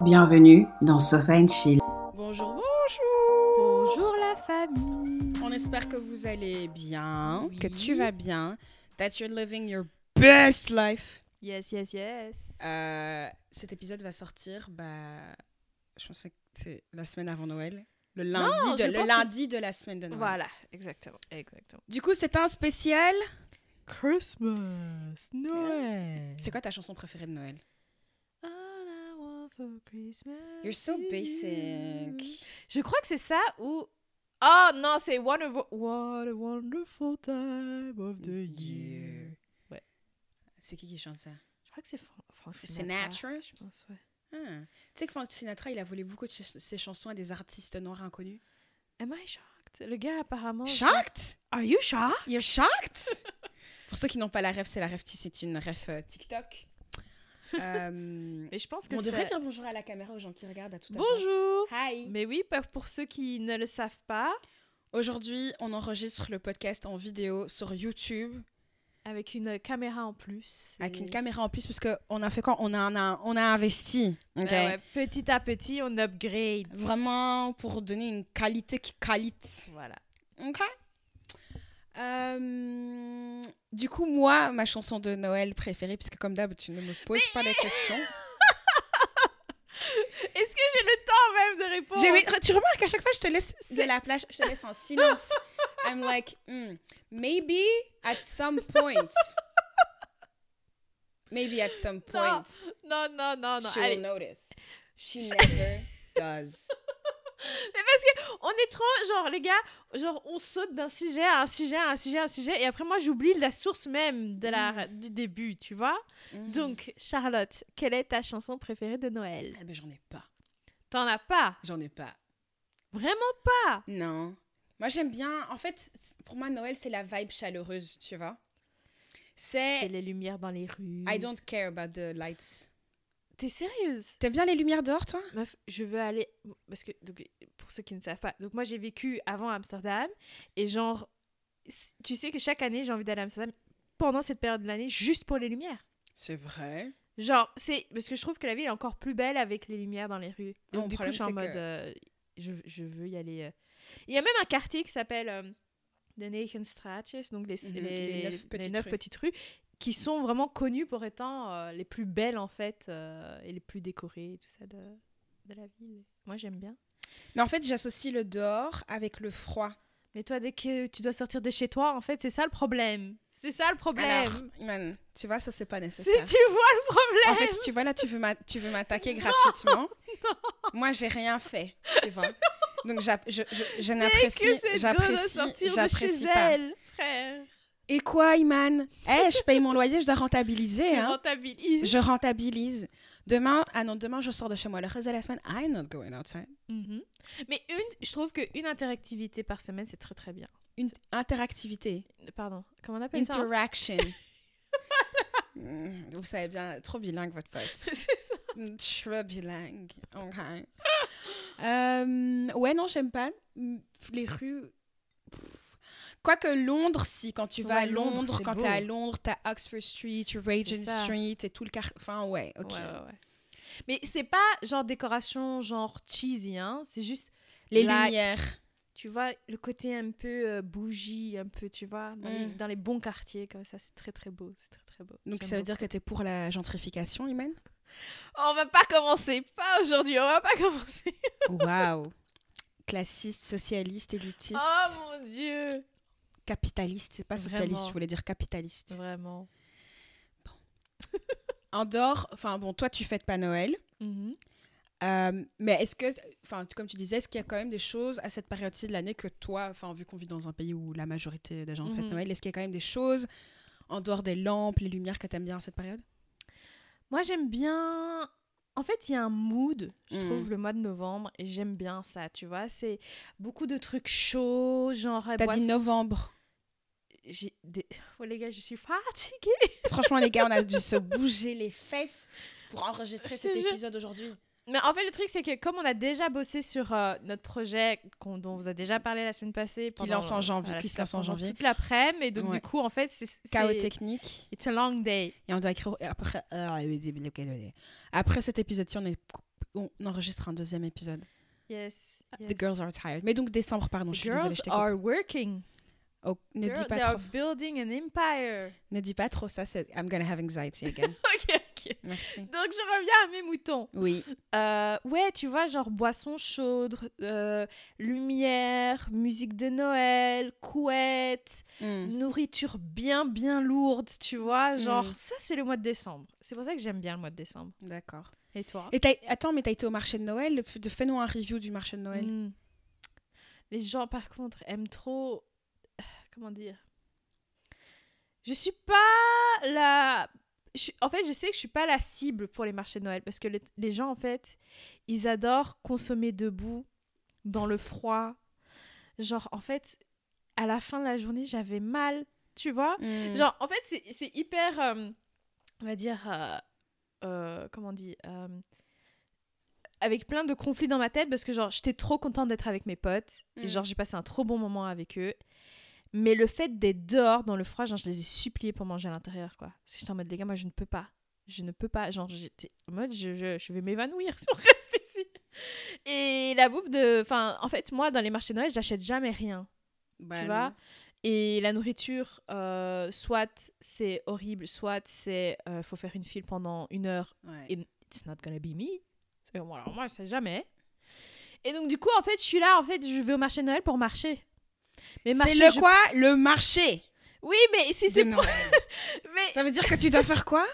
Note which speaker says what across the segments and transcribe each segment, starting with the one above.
Speaker 1: Bienvenue dans Sofa and Chill.
Speaker 2: Bonjour, bonjour.
Speaker 3: Bonjour la famille.
Speaker 2: On espère que vous allez bien, que
Speaker 3: Oui.
Speaker 2: tu vas bien, that you're living your best life.
Speaker 3: Yes, yes, yes.
Speaker 2: Euh, cet épisode va sortir, bah, je pense que c'est la semaine avant Noël, le lundi,
Speaker 3: Non,
Speaker 2: de,
Speaker 3: je
Speaker 2: le
Speaker 3: pense que
Speaker 2: lundi de la semaine de Noël.
Speaker 3: Voilà, exactement, exactement.
Speaker 2: Du coup, c'est un spécial.
Speaker 3: Christmas, Noël.
Speaker 2: C'est quoi ta chanson préférée de Noël
Speaker 3: All I want for Christmas.
Speaker 2: You're so
Speaker 3: is
Speaker 2: basic.
Speaker 3: you. Je crois que c'est ça ou Oh non, c'est wonderful. What a wonderful time of the year.
Speaker 2: C'est qui qui chante ça
Speaker 3: Je crois que c'est Fran- Frank
Speaker 2: C'est
Speaker 3: Sinatra,
Speaker 2: Sinatra
Speaker 3: Je pense ouais.
Speaker 2: Ah. Tu sais que Frank Sinatra, il a volé beaucoup de ch- ses chansons à des artistes noirs inconnus.
Speaker 3: Am I shocked? Le gars
Speaker 2: Oh,
Speaker 3: apparemment.
Speaker 2: Shocked
Speaker 3: Are you shocked?
Speaker 2: You're shocked Pour ceux qui n'ont pas la ref, c'est la ref, c'est une ref euh, TikTok. Euh,
Speaker 3: Mais je pense que
Speaker 2: on devrait
Speaker 3: c'est.
Speaker 2: dire bonjour à la caméra aux gens qui regardent à tout à l'heure.
Speaker 3: Bonjour.
Speaker 2: Hi
Speaker 3: Mais oui, pa- pour ceux qui ne le savent pas,
Speaker 2: Aujourd'hui, on enregistre le podcast en vidéo sur YouTube
Speaker 3: avec une caméra en plus.
Speaker 2: avec
Speaker 3: et-
Speaker 2: une caméra en plus parce que on a fait quoi on a, on a on a investi. ok
Speaker 3: Ben ouais, petit à petit, on upgrade.
Speaker 2: Vraiment pour donner une qualité qui qualite.
Speaker 3: Voilà.
Speaker 2: Ok. Euh, du coup, moi, ma chanson de Noël préférée, puisque comme d'hab, tu ne me poses pas la question.
Speaker 3: Est-ce que j'ai le temps même de répondre
Speaker 2: J'ai- mais tu remarques à chaque fois, je te laisse, c'est la plage, je te laisse en silence. I'm like, hmm, maybe at some point. Maybe at some
Speaker 3: Non,
Speaker 2: point.
Speaker 3: non, non, non, non.
Speaker 2: she
Speaker 3: Allez.
Speaker 2: will notice. She
Speaker 3: Je-
Speaker 2: never does.
Speaker 3: Mais parce que on est trop, genre, les gars, genre, on saute d'un sujet à un sujet à un sujet à un sujet, et après, moi, j'oublie la source même de la, du début, tu vois
Speaker 2: Mm.
Speaker 3: Donc, Charlotte, quelle est ta chanson préférée de Noël
Speaker 2: Ah, mais j'en ai pas.
Speaker 3: T'en as pas
Speaker 2: J'en ai pas.
Speaker 3: Vraiment
Speaker 2: Non. Moi, j'aime bien. En fait, c- pour moi, Noël, c'est la vibe chaleureuse, tu vois.
Speaker 3: C'est
Speaker 2: C'est.
Speaker 3: les lumières dans les rues.
Speaker 2: I don't care about the lights.
Speaker 3: T'es sérieuse
Speaker 2: T'aimes bien les lumières dehors, toi
Speaker 3: Meuf, je veux aller. Parce que, donc, pour ceux qui ne savent pas, donc moi j'ai vécu avant à Amsterdam et genre, c- tu sais que chaque année j'ai envie d'aller à Amsterdam pendant cette période de l'année juste pour les lumières.
Speaker 2: C'est vrai.
Speaker 3: Genre, c'est. Parce que je trouve que la ville est encore plus belle avec les lumières dans les rues.
Speaker 2: Non,
Speaker 3: Donc,
Speaker 2: le
Speaker 3: du coup,
Speaker 2: problème,
Speaker 3: je suis en
Speaker 2: c'est
Speaker 3: mode.
Speaker 2: que-
Speaker 3: euh, je, je veux y aller. euh. Il y a même un quartier qui s'appelle euh, de Negenstraatjes, donc les,
Speaker 2: Mhm,
Speaker 3: les,
Speaker 2: les neuf
Speaker 3: les
Speaker 2: petites
Speaker 3: neuf
Speaker 2: rues.
Speaker 3: petites rues, qui sont vraiment connues pour étant euh, les plus belles en fait euh, et les plus décorées et tout ça de, de la ville. Moi j'aime bien.
Speaker 2: Mais en fait, j'associe le dehors avec le froid.
Speaker 3: Mais toi, dès que tu dois sortir de chez toi, en fait, c'est ça le problème. C'est ça le problème.
Speaker 2: Alors, Iman, tu vois, ça, c'est pas
Speaker 3: si tu
Speaker 2: nécessaire.
Speaker 3: vois le problème.
Speaker 2: En fait, tu vois, là, tu veux m'a- tu veux m'attaquer gratuitement. Moi, j'ai rien fait, tu vois. Donc, j'app- je, je, je n'apprécie,
Speaker 3: que c'est drôle de
Speaker 2: j'apprécie,
Speaker 3: sortir de
Speaker 2: j'apprécie
Speaker 3: chez
Speaker 2: pas.
Speaker 3: elle, frère.
Speaker 2: Et quoi, Iman Eh, je paye mon loyer, je dois rentabiliser,
Speaker 3: Tu
Speaker 2: hein.
Speaker 3: rentabilises.
Speaker 2: Je rentabilise. Demain, ah non, demain, je sors de chez moi. Le reste de la semaine, I'm not going outside.
Speaker 3: Mhm. Mais une, je trouve qu'une interactivité par semaine, c'est très très bien.
Speaker 2: Une interactivité,
Speaker 3: Pardon, comment on appelle ça hein
Speaker 2: interaction. Mm, Vous savez bien, trop bilingue, votre pote.
Speaker 3: C'est ça.
Speaker 2: Mm, Trop bilingue. Ok. Euh, ouais, non, j'aime pas. Mm, Les rues. Pff. Quoique Londres, si, quand tu vas
Speaker 3: Ouais,
Speaker 2: à Londres,
Speaker 3: Londres, c'est
Speaker 2: quand
Speaker 3: beau.
Speaker 2: t'es à Londres, t'as Oxford Street,
Speaker 3: C'est
Speaker 2: Regent
Speaker 3: ça.
Speaker 2: Street et tout le car. Enfin, ouais, ok.
Speaker 3: Ouais, ouais, ouais. Mais c'est pas genre décoration genre cheesy, hein. C'est juste,
Speaker 2: Les
Speaker 3: Like.
Speaker 2: lumières.
Speaker 3: tu vois, le côté un peu euh, bougie, un peu, tu vois, dans, les,
Speaker 2: Mm.
Speaker 3: dans les bons quartiers comme ça, c'est très très beau, c'est très très beau.
Speaker 2: Donc,
Speaker 3: J'aime
Speaker 2: ça veut
Speaker 3: beaucoup.
Speaker 2: dire que t'es pour la gentrification, Iman
Speaker 3: On va pas commencer, pas aujourd'hui, on va pas commencer.
Speaker 2: Waouh. Classiste, socialiste, élitiste,
Speaker 3: Oh mon dieu.
Speaker 2: capitaliste. C'est pas socialiste,
Speaker 3: Vraiment.
Speaker 2: je voulais dire capitaliste.
Speaker 3: Vraiment.
Speaker 2: En dehors, enfin, bon, toi, tu fêtes pas Noël.
Speaker 3: Mhm.
Speaker 2: Euh, mais est-ce que, enfin, tu- comme tu disais, est-ce qu'il y a quand même des choses à cette période-ci de l'année que toi, enfin, vu qu'on vit dans un pays où la majorité des gens fêtent
Speaker 3: Mhm.
Speaker 2: Noël, est-ce qu'il y a quand même des choses en dehors des lampes, les lumières que t'aimes bien à cette période
Speaker 3: Moi, j'aime bien. En fait, il y a un mood, je
Speaker 2: Mm.
Speaker 3: trouve, le mois de novembre, et j'aime bien ça, tu vois. C'est beaucoup de trucs chauds, genre. euh,
Speaker 2: T'as dit
Speaker 3: boissons-
Speaker 2: novembre.
Speaker 3: J'ai des- Oh les gars, je suis fatiguée.
Speaker 2: Franchement, les gars, on a dû se bouger les fesses pour enregistrer
Speaker 3: Je
Speaker 2: cet
Speaker 3: te jure.
Speaker 2: épisode aujourd'hui.
Speaker 3: Mais en fait, le truc, c'est que comme on a déjà bossé sur euh, notre projet qu'on- dont on vous a déjà parlé la semaine passée.
Speaker 2: Qui
Speaker 3: pendant-
Speaker 2: lance en janvier,
Speaker 3: voilà,
Speaker 2: qui
Speaker 3: c'est
Speaker 2: se lance en
Speaker 3: pendant
Speaker 2: janvier.
Speaker 3: Toute l'après-midi, et donc
Speaker 2: Ouais.
Speaker 3: du coup, en fait, c'est. c'est-
Speaker 2: Chaos technique.
Speaker 3: It's a long day.
Speaker 2: ah, Et on doit écrire après. Après cet épisode-ci, on est on enregistre un deuxième épisode.
Speaker 3: Yes. yes.
Speaker 2: Ah, The girls are tired. Mais donc décembre, pardon,
Speaker 3: The
Speaker 2: je suis désolée,
Speaker 3: girls
Speaker 2: je t'ai coupé.
Speaker 3: are working.
Speaker 2: Oh, ne,
Speaker 3: Girl,
Speaker 2: dis
Speaker 3: they
Speaker 2: pas
Speaker 3: are
Speaker 2: trop,
Speaker 3: building an empire.
Speaker 2: ne dis pas trop ça, c'est I'm gonna have anxiety again.
Speaker 3: ok, ok.
Speaker 2: Merci.
Speaker 3: Donc je reviens à mes moutons.
Speaker 2: Oui,
Speaker 3: Euh, ouais, tu vois, genre boisson chaude, euh, lumière, musique de Noël, couette,
Speaker 2: Mm.
Speaker 3: nourriture bien, bien lourde, tu vois. Genre,
Speaker 2: Mm.
Speaker 3: ça, c'est le mois de décembre. C'est pour ça que j'aime bien le mois de décembre.
Speaker 2: d'accord.
Speaker 3: Et toi
Speaker 2: Et t'as- attends, mais t'as été au marché de Noël F- de- Fais-nous un review du marché de Noël.
Speaker 3: Mm. Les gens, par contre, aiment trop. euh, Comment dire Je suis pas la. je suis- En fait, je sais que je suis pas la cible pour les marchés de Noël parce que le- les gens, en fait, ils adorent consommer debout, dans le froid. Genre, en fait, à la fin de la journée, j'avais mal, tu vois
Speaker 2: Mm.
Speaker 3: Genre, en fait, c'est- c'est hyper. euh, on va dire. euh, euh, comment on dit euh, Avec plein de conflits dans ma tête parce que, genre, j'étais trop contente d'être avec mes potes. Et,
Speaker 2: Mm.
Speaker 3: genre, j'ai passé un trop bon moment avec eux. Mais le fait d'être dehors dans le froid, genre, je les ai suppliés pour manger à l'intérieur, quoi. Parce que j'étais en mode, les gars, moi, je ne peux pas. Je ne peux pas. Genre, j'étais en mode, je, je- je vais m'évanouir si on reste ici. Et la bouffe de. Enfin, en fait, moi, dans les marchés de Noël, j'achète jamais rien
Speaker 2: Bah,
Speaker 3: tu vois
Speaker 2: non.
Speaker 3: et la nourriture, euh, soit c'est horrible, soit c'est euh, faut faire une file pendant une heure.
Speaker 2: Ouais.
Speaker 3: Et it's not gonna be me. C'est comme, alors moi, je sais jamais. Et donc du coup, en fait, je suis là, en fait, je vais au marché de Noël pour marcher. Mais
Speaker 2: C'est
Speaker 3: marcher,
Speaker 2: le
Speaker 3: je-
Speaker 2: quoi Le marché
Speaker 3: Oui, mais si
Speaker 2: de
Speaker 3: c'est pour...
Speaker 2: Noël.
Speaker 3: mais,
Speaker 2: Ça veut dire que tu dois faire quoi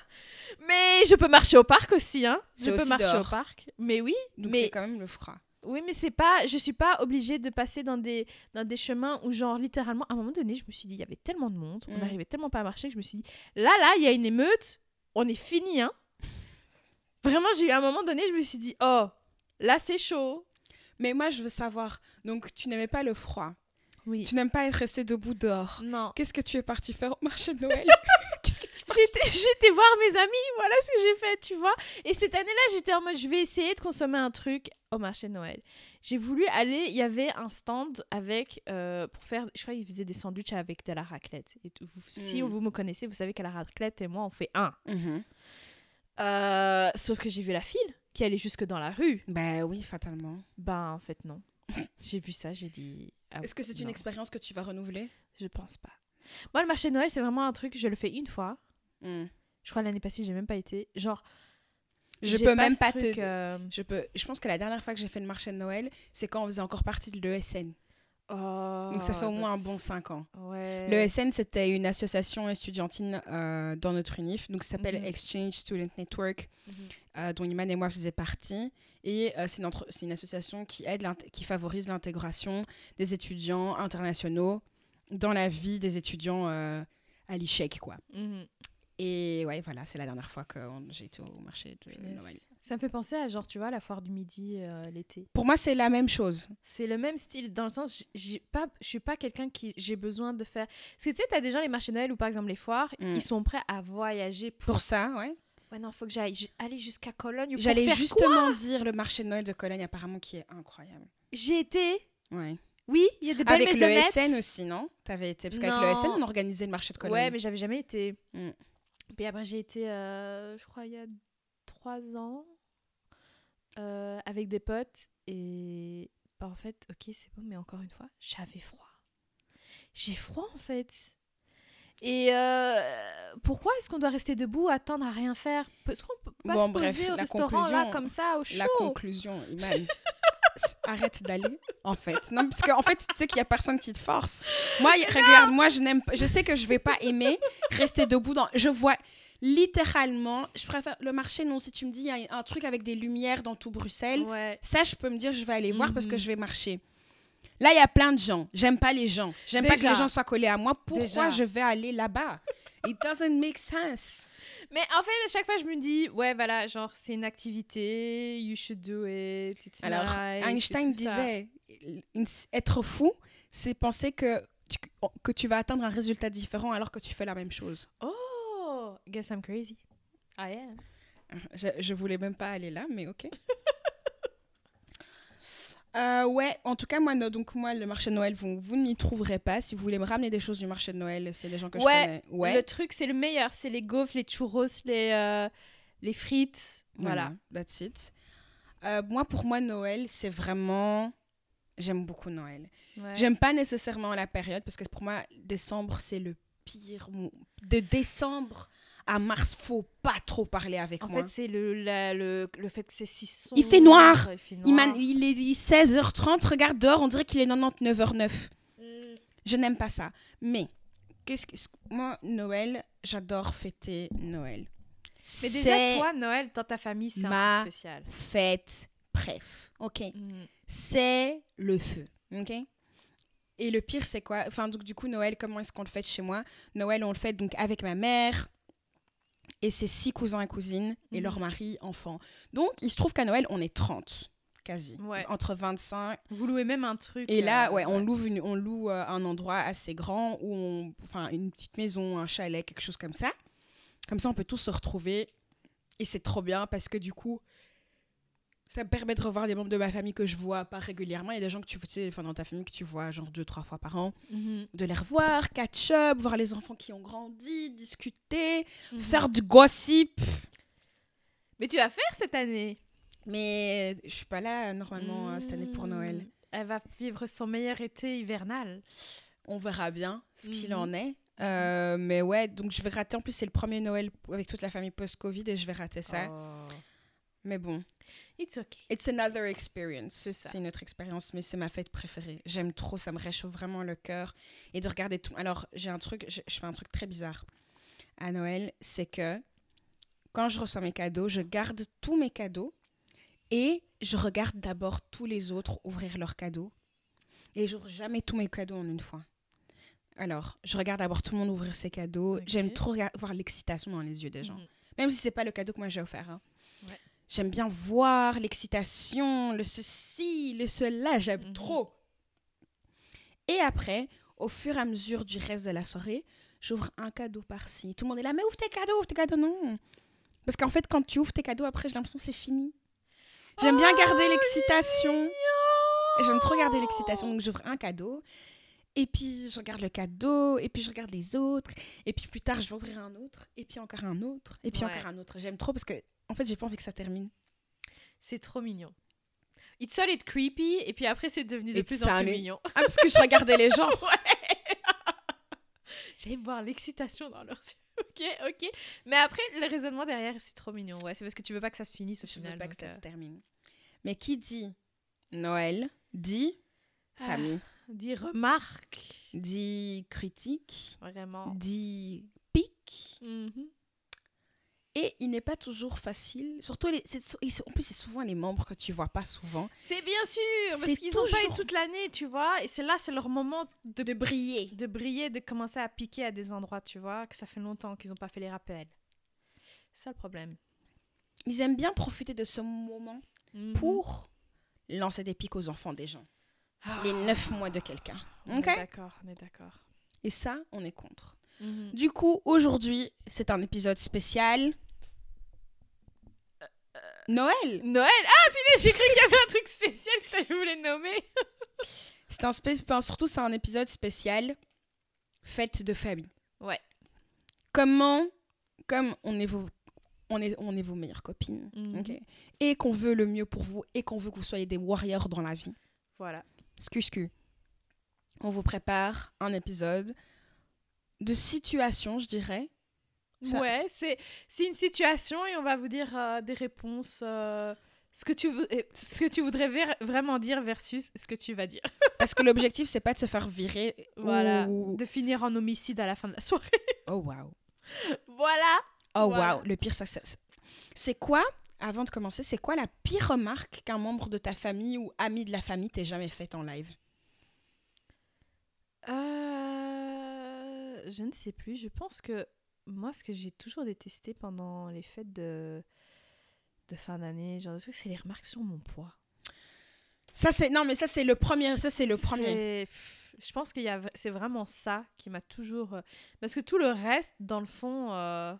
Speaker 3: mais je peux marcher au parc aussi, hein.
Speaker 2: C'est
Speaker 3: Je peux
Speaker 2: aussi
Speaker 3: marcher
Speaker 2: dehors.
Speaker 3: au parc. Mais oui,
Speaker 2: Donc
Speaker 3: Mais-
Speaker 2: c'est quand même le froid.
Speaker 3: Oui, mais c'est pas, je suis pas obligée de passer dans des, dans des chemins où, genre, littéralement, à un moment donné, je me suis dit, il y avait tellement de monde, on
Speaker 2: Mm.
Speaker 3: n'arrivait tellement pas à marcher que je me suis dit, là, là, il y a une émeute, on est fini, hein. Vraiment, j'ai eu à un moment donné, je me suis dit, oh, là, c'est chaud.
Speaker 2: Mais moi, je veux savoir. Donc, tu n'aimais pas le froid.
Speaker 3: Oui.
Speaker 2: Tu n'aimes pas être resté debout dehors.
Speaker 3: Non.
Speaker 2: Qu'est-ce que tu es parti faire au marché de Noël Qu'est-ce que tu es parti
Speaker 3: J'étais j'étais voir mes amis, voilà ce que j'ai fait, tu vois. Et cette année-là, j'étais en mode, je vais essayer de consommer un truc au marché de Noël. J'ai voulu aller, il y avait un stand avec, euh, pour faire, je crois qu'ils faisaient des sandwichs avec de la raclette. Et tout. Vous- Si
Speaker 2: Mm.
Speaker 3: vous me connaissez, vous savez qu'à la raclette et moi, on fait un.
Speaker 2: Mhm.
Speaker 3: Euh, sauf que j'ai vu la file qui allait jusque dans la rue.
Speaker 2: Ben oui, fatalement.
Speaker 3: Ben, en fait, non. j'ai vu ça, j'ai dit... ah,
Speaker 2: Est-ce que c'est une
Speaker 3: non,
Speaker 2: expérience que tu vas renouveler
Speaker 3: Je pense pas. Moi, le marché de Noël, c'est vraiment un truc, je le fais une fois.
Speaker 2: Hmm.
Speaker 3: Je crois l'année passée, j'ai même pas été. Genre,
Speaker 2: Je
Speaker 3: j'ai
Speaker 2: peux même
Speaker 3: ce
Speaker 2: pas te-
Speaker 3: truc, euh,
Speaker 2: Je peux. Je pense que la dernière fois que j'ai fait le marché de Noël, c'est quand on faisait encore partie de l'ESN. Donc ça fait au moins un bon 5 ans.
Speaker 3: Oh, Ouais.
Speaker 2: L'ESN, c'était une association estudiantine euh, dans notre UNIF, donc ça s'appelle
Speaker 3: Mhm.
Speaker 2: Exchange Student Network,
Speaker 3: Mhm.
Speaker 2: euh, dont Iman et moi faisions partie. Et euh, c'est une, entre- c'est une association qui, aide l'int- qui favorise l'intégration des étudiants internationaux dans la vie des étudiants euh, à l'ICHEC, quoi.
Speaker 3: Mhm.
Speaker 2: Et ouais, voilà, c'est la dernière fois que on- j'ai été au marché de Noël.
Speaker 3: Ça me fait penser à genre, tu vois, la foire du midi euh, l'été.
Speaker 2: Pour moi, c'est la même chose.
Speaker 3: C'est le même style, dans le sens, j- j'ai pas, je suis pas quelqu'un qui j'ai besoin de faire. Parce que tu sais, t'as des gens, les marchés de Noël ou par exemple les foires,
Speaker 2: Mm.
Speaker 3: ils sont prêts à voyager pour.
Speaker 2: Pour ça, ouais.
Speaker 3: Ouais, non, faut que j'aille j- aller jusqu'à Cologne. pour
Speaker 2: J'allais
Speaker 3: faire quoi
Speaker 2: justement dire le marché de Noël de Cologne, apparemment, qui est incroyable.
Speaker 3: J'ai été.
Speaker 2: Ouais.
Speaker 3: Oui, il y a des belles
Speaker 2: Avec le
Speaker 3: maisonnettes.
Speaker 2: SN aussi, non T'avais été parce qu'avec
Speaker 3: Non.
Speaker 2: le SN on organisait le marché de Cologne.
Speaker 3: Ouais, mais j'avais jamais été.
Speaker 2: Mm.
Speaker 3: Puis après, j'ai été, euh, je crois, il y a trois ans euh, avec des potes. Et bah, en fait, ok, c'est beau, mais encore une fois, j'avais froid. J'ai froid en fait. Et euh, pourquoi est-ce qu'on doit rester debout, attendre à rien faire Parce qu'on peut pas
Speaker 2: Bon,
Speaker 3: se poser
Speaker 2: bref,
Speaker 3: au
Speaker 2: la
Speaker 3: restaurant là
Speaker 2: conclusion-
Speaker 3: comme ça au chaud.
Speaker 2: La conclusion, Iman. S- Arrête d'aller, en fait. Non, parce qu'en en fait, tu sais qu'il y a personne qui te force. Moi, y- regarde, moi, je n'aime pas. Je sais que je vais pas aimer rester debout dans. Je vois littéralement. Je préfère le marché. Non, si tu me dis il y a un truc avec des lumières dans tout Bruxelles,
Speaker 3: Ouais.
Speaker 2: ça, je peux me dire je vais aller voir parce que
Speaker 3: Mhm.
Speaker 2: je vais marcher. Là, il y a plein de gens. J'aime pas les gens. J'aime pas que
Speaker 3: Déjà.
Speaker 2: les gens soient collés à moi. Pourquoi
Speaker 3: Déjà.
Speaker 2: je vais aller là-bas? It doesn't make sense.
Speaker 3: Mais en fait, à chaque fois, je me dis, ouais, voilà, genre, c'est une activité, you should do it, it's
Speaker 2: Alors,
Speaker 3: nice, et
Speaker 2: Einstein
Speaker 3: tout ça.
Speaker 2: disait une- être fou, c'est penser que tu, que tu vas atteindre un résultat différent alors que tu fais la même chose.
Speaker 3: Oh, guess I'm crazy. I am.
Speaker 2: Je, je voulais même pas aller là, mais ok. Euh, ouais, en tout cas, moi, no- donc, moi, le marché de Noël, vous, vous n'y trouverez pas. Si vous voulez me ramener des choses du marché de Noël, c'est des gens que
Speaker 3: Ouais,
Speaker 2: je connais. Ouais,
Speaker 3: Le truc, c'est le meilleur. C'est les gaufres, les churros, les, euh, les frites. Voilà.
Speaker 2: That's it. Euh, moi, pour moi, Noël, c'est vraiment. J'aime beaucoup Noël.
Speaker 3: Ouais.
Speaker 2: J'aime pas nécessairement la période parce que pour moi, décembre, c'est le pire. mois. De décembre à mars, faut pas trop parler avec
Speaker 3: En
Speaker 2: moi.
Speaker 3: fait, c'est le, la- le, le fait que c'est si sombre.
Speaker 2: hein. Il fait noir
Speaker 3: Il fait
Speaker 2: il, m'a-
Speaker 3: noir.
Speaker 2: il est 16h30, regarde dehors, on dirait qu'il est 99h09.
Speaker 3: Mm.
Speaker 2: Je n'aime pas ça. Mais, qu'est-ce que. Moi, Noël, j'adore fêter Noël.
Speaker 3: Mais
Speaker 2: C'est
Speaker 3: déjà, toi, Noël, dans ta famille, c'est un
Speaker 2: ma-
Speaker 3: truc spécial.
Speaker 2: Fête, bref. Ok.
Speaker 3: Mm.
Speaker 2: c'est le feu. OK Et le pire, c'est quoi Enfin, donc, du coup, Noël, comment est-ce qu'on le fête chez moi Noël, on le fête donc avec ma mère et ses six cousins et cousines et
Speaker 3: Mhm.
Speaker 2: leur mari, enfant. Donc, il se trouve qu'à Noël, on est 30, quasi.
Speaker 3: Ouais.
Speaker 2: Entre 25.
Speaker 3: Vous louez même un truc.
Speaker 2: Et là,
Speaker 3: euh,
Speaker 2: ouais, on loue, une, on loue euh, un endroit assez grand, où on, enfin, une petite maison, un chalet, quelque chose comme ça. Comme ça, on peut tous se retrouver. Et c'est trop bien parce que du coup, ça me permet de revoir des membres de ma famille que je vois pas régulièrement. Il y a des gens que tu tu sais, enfin, dans ta famille que tu vois genre deux, trois fois par an.
Speaker 3: Mhm,
Speaker 2: De les revoir, catch-up, voir les enfants qui ont grandi, discuter,
Speaker 3: mhm.
Speaker 2: faire du gossip.
Speaker 3: Mais tu vas faire cette année.
Speaker 2: Mais je suis pas là normalement euh, cette année pour Noël.
Speaker 3: Mm. Elle va vivre son meilleur été hivernal.
Speaker 2: On verra bien ce qu'il
Speaker 3: Mhm.
Speaker 2: en est. Euh, mais ouais, donc je vais rater. En plus, c'est le premier Noël p- avec toute la famille post-Covid et je vais rater ça.
Speaker 3: Oh.
Speaker 2: Mais bon,
Speaker 3: It's okay.
Speaker 2: it's another experience.
Speaker 3: C'est ça.
Speaker 2: C'est une autre expérience, mais c'est ma fête préférée. J'aime trop, ça me réchauffe vraiment le cœur. Et de regarder tout. Alors, j'ai un truc, je, je fais un truc très bizarre à Noël, c'est que quand je reçois mes cadeaux, je garde tous mes cadeaux et je regarde d'abord tous les autres ouvrir leurs cadeaux. Et j'ouvre jamais tous mes cadeaux en une fois. Alors, je regarde d'abord tout le monde ouvrir ses cadeaux.
Speaker 3: Ok.
Speaker 2: J'aime trop rega- voir l'excitation dans les yeux des gens.
Speaker 3: Mhm.
Speaker 2: Même si c'est pas le cadeau que moi j'ai offert. hein.
Speaker 3: Ouais.
Speaker 2: J'aime bien voir l'excitation, le ceci, le cela. J'aime
Speaker 3: Mhm.
Speaker 2: trop. Et après, au fur et à mesure du reste de la soirée, j'ouvre un cadeau par-ci. Tout le monde est là, mais ouvre tes cadeaux, ouvre tes cadeaux. Non. Parce qu'en fait, quand tu ouvres tes cadeaux, après, j'ai l'impression que c'est fini. J'aime bien
Speaker 3: Oh,
Speaker 2: garder
Speaker 3: il est
Speaker 2: l'excitation. Et J'aime trop garder
Speaker 3: mignon.
Speaker 2: l'excitation. Donc, j'ouvre un cadeau. Et puis, je regarde le cadeau. Et puis, je regarde les autres. Et puis, plus tard, je vais ouvrir un autre. Et puis, encore un autre. Et puis,
Speaker 3: Ouais.
Speaker 2: encore un autre. J'aime trop parce que, en fait, j'ai pas envie que ça termine.
Speaker 3: C'est trop mignon. It's solid creepy, et puis après, c'est devenu de
Speaker 2: It's
Speaker 3: plus en plus
Speaker 2: solid.
Speaker 3: mignon.
Speaker 2: Ah, parce que je regardais les gens.
Speaker 3: J'allais voir l'excitation dans leurs yeux. ok, ok. Mais après, le raisonnement derrière, c'est trop mignon. Ouais, c'est parce que tu veux pas que ça se finisse au
Speaker 2: Je
Speaker 3: final.
Speaker 2: veux pas que
Speaker 3: donc,
Speaker 2: ça
Speaker 3: euh,
Speaker 2: se termine. Mais qui dit Noël dit
Speaker 3: Ah.
Speaker 2: famille,
Speaker 3: Dis remarque,
Speaker 2: dit critique,
Speaker 3: vraiment.
Speaker 2: dit pique.
Speaker 3: Mhm.
Speaker 2: Mm-hmm. Et il n'est pas toujours facile. Surtout, les, c'est- ils sont- en plus, c'est souvent les membres que tu vois pas souvent.
Speaker 3: C'est bien sûr, parce
Speaker 2: C'est
Speaker 3: qu'ils ont pas eu
Speaker 2: toujours-
Speaker 3: toute l'année, tu vois. Et c'est là, c'est leur moment de,
Speaker 2: De briller.
Speaker 3: de briller, de commencer à piquer à des endroits, tu vois, que ça fait longtemps qu'ils ont pas fait les rappels. C'est ça le problème.
Speaker 2: Ils aiment bien profiter de ce moment
Speaker 3: Mhm.
Speaker 2: pour lancer des piques aux enfants des gens.
Speaker 3: Ah,
Speaker 2: Les neuf mois de quelqu'un.
Speaker 3: on est
Speaker 2: Ok
Speaker 3: D'accord, on est d'accord.
Speaker 2: Et ça, on est contre.
Speaker 3: Mhm.
Speaker 2: Du coup, aujourd'hui, c'est un épisode spécial. Noël
Speaker 3: Noël Ah, punaise, j'ai cru qu'il y avait un truc spécial que t'allais voulu nommer.
Speaker 2: C'est un spé- enfin, surtout c'est un épisode spécial fête de famille.
Speaker 3: Ouais.
Speaker 2: Comment comme on est vos on est on est vos meilleures copines,
Speaker 3: Mhm.
Speaker 2: ok, et qu'on veut le mieux pour vous et qu'on veut que vous soyez des warriors dans la vie.
Speaker 3: Voilà.
Speaker 2: Skusku. On vous prépare un épisode de situation, je dirais. Ça-
Speaker 3: ouais, c'est c'est une situation et on va vous dire euh, des réponses. euh, ce que, tu vou- euh, ce que tu voudrais ver- vraiment dire versus ce que tu vas dire.
Speaker 2: Parce que l'objectif c'est pas de se faire virer
Speaker 3: Voilà.
Speaker 2: ou-
Speaker 3: De finir en homicide à la fin de la soirée.
Speaker 2: Oh waouh.
Speaker 3: voilà.
Speaker 2: Oh
Speaker 3: Voilà.
Speaker 2: waouh, le pire ça, ça- ça- c'est quoi avant de commencer, c'est quoi la pire remarque qu'un membre de ta famille ou ami de la famille t'ait jamais faite en live
Speaker 3: Euh, je ne sais plus. Je pense que moi, ce que j'ai toujours détesté pendant les fêtes de, de fin d'année, ce genre de trucs, c'est les remarques sur mon poids.
Speaker 2: Ça c'est non mais ça c'est le premier, ça c'est le premier.
Speaker 3: C'est- pff, Je pense que c'est vraiment ça qui m'a toujours. euh, Parce que tout le reste, dans le fond. euh,